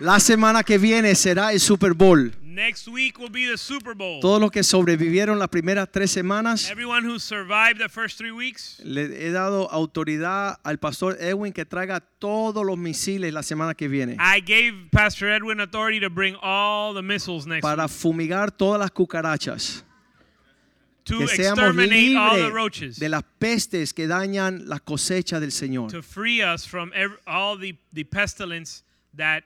La semana que viene será el Super Bowl.
Next week will be the Super Bowl.
Todos los que sobrevivieron las primeras tres semanas,
Everyone who survived the first three weeks,
le he dado autoridad al pastor Edwin que traiga todos los misiles la semana que viene
I gave Pastor Edwin authority to bring all the missiles next
para fumigar todas las cucarachas.
week, to
Que seamos
exterminate all the
libres
roaches,
de las pestes que dañan las cosechas del Señor.
to free us from ev- all the, the pestilence that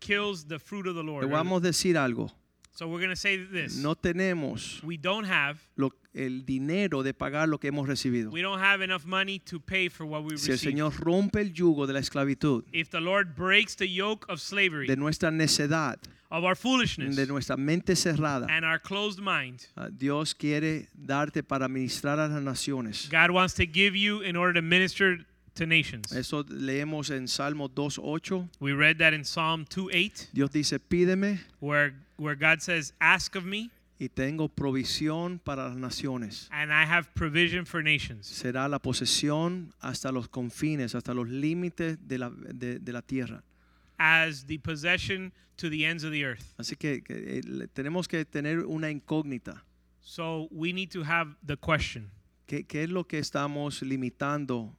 kills the fruit of the Lord.
Le vamos a decir algo.
So we're going to say this.
No tenemos
We don't have
lo- el dinero de pagar lo que hemos recibido.
we don't have enough money to pay for what we
Si el
receive.
Señor rompe el yugo de la esclavitud,
If the Lord breaks the yoke of slavery,
de nuestra necedad,
of our foolishness,
de nuestra mente cerrada,
and our closed mind,
ah, Dios quiere darte para ministrar a las naciones.
God wants to give you in order to minister to nations.
Eso leemos en Salmo 2.8.
We read that in Psalm 2:8,
Dios dice, pídeme
where where God says, "Ask of me,
y tengo provisión para las naciones.
and I have provision for nations."
Será la posesión hasta los confines, hasta los límites de la, de- de la tierra.
as the possession to the ends of the earth.
Así que, que, eh, le- tenemos que tener una incógnita.
So we need to have the question.
¿Qué, qué es lo que estamos limitando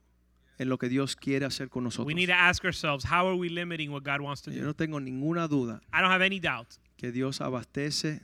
en lo que Dios quiere hacer con nosotros?
We need to ask ourselves, how are we limiting what God wants to
Yo
do?
no tengo ninguna duda
I don't have any doubt
que Dios abastece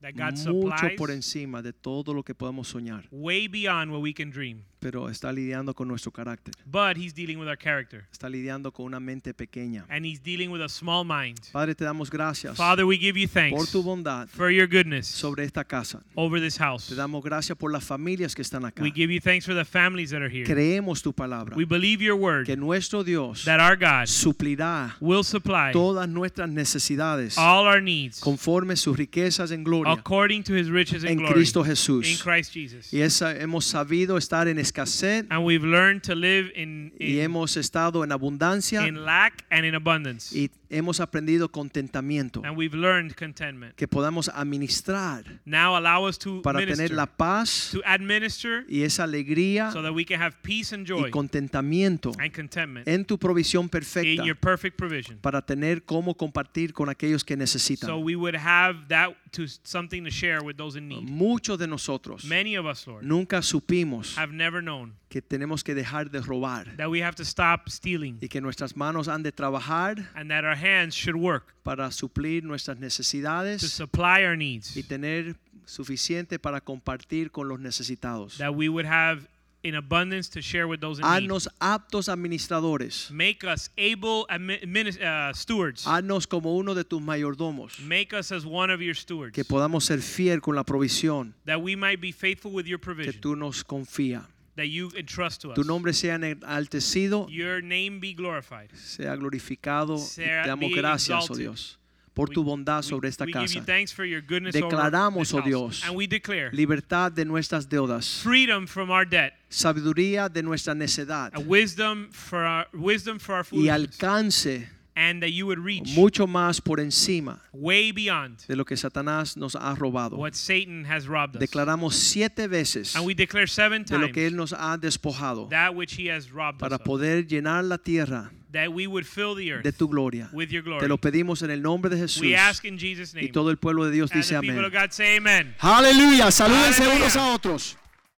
that God
mucho por
supplies
encima de todo lo que podemos soñar,
way beyond what we can dream,
pero está lidiando con nuestro carácter,
but He's dealing with our character
está lidiando con una mente pequeña.
and He's dealing with a small mind.
Padre, te damos gracias
Father, we give you
por
thanks
tu bondad
for your goodness
sobre esta casa.
over this house.
Te damos gracias por las familias que están acá.
We give you thanks for the families that are here.
Creemos tu palabra,
We believe your
que
word
nuestro Dios
that our God
suplirá
will supply
todas nuestras necesidades
all our needs
conforme sus riquezas en gloria
according to His riches
en
and glory
Cristo
in
Jesús.
Christ Jesus.
Y esa, hemos sabido estar en escasez
And we've learned to live in
y
in,
hemos estado en abundancia
in lack and in abundance.
y hemos aprendido contentamiento,
And we've learned contentment.
que podamos administrar
Now allow us to
para tener
minister,
la paz
to administer
y esa alegría
so that we can have peace and joy
y contentamiento
and contentment
en tu provisión
in
perfecta
your perfect provision.
para tener cómo compartir con aquellos que
So
necesitan.
we would have that to something to share with those in need.
Uh, Muchos de nosotros
Many of us, Lord,
nunca supimos
have never known
que tenemos que dejar de robar
that we have to stop stealing
y que nuestras manos han de trabajar
and that our hands should work
para suplir nuestras
to
necesidades
supply our
y
needs,
tener suficiente para compartir con los necesitados.
that we would have in abundance to share with those in need.
Haznos aptos administradores.
Make us able admi- minis- uh, stewards.
Haznos como uno de tus mayordomos.
Make us as one of your stewards.
Que podamos ser fiel con la provisión
That we might be faithful with your
que
provision.
tú nos confía.
That you entrust to us.
Tu nombre sea enaltecido,
Your name be glorified.
sea glorificado. y Te
Sea-
damos
be
gracias, oh
exalted.
Dios, por
We-
tu bondad
we,
sobre esta
we give you
casa.
thanks for your goodness over
Declaramos,
this
oh
house.
Dios,
and we declare
Libertad de nuestras deudas,
freedom from our debt
sabiduría de nuestra necedad
and wisdom for our wisdom for our
y
foolishness
alcance
and that you would reach
mucho más por encima
way beyond
de lo que Satanás nos ha robado.
what Satan has robbed us.
Declaramos siete veces
and we declare seven
de lo
times
que Él nos ha despojado
that which he has robbed
para
us of,
poder llenar la tierra
that we would fill the earth
de tu gloria.
with your glory.
Te lo pedimos en el nombre de Jesús.
we ask in Jesus' name.
Y todo el pueblo de Dios
and
dice
the people
amén.
of God say amen.
Aleluya, salúdense
Aleluya.
unos a otros.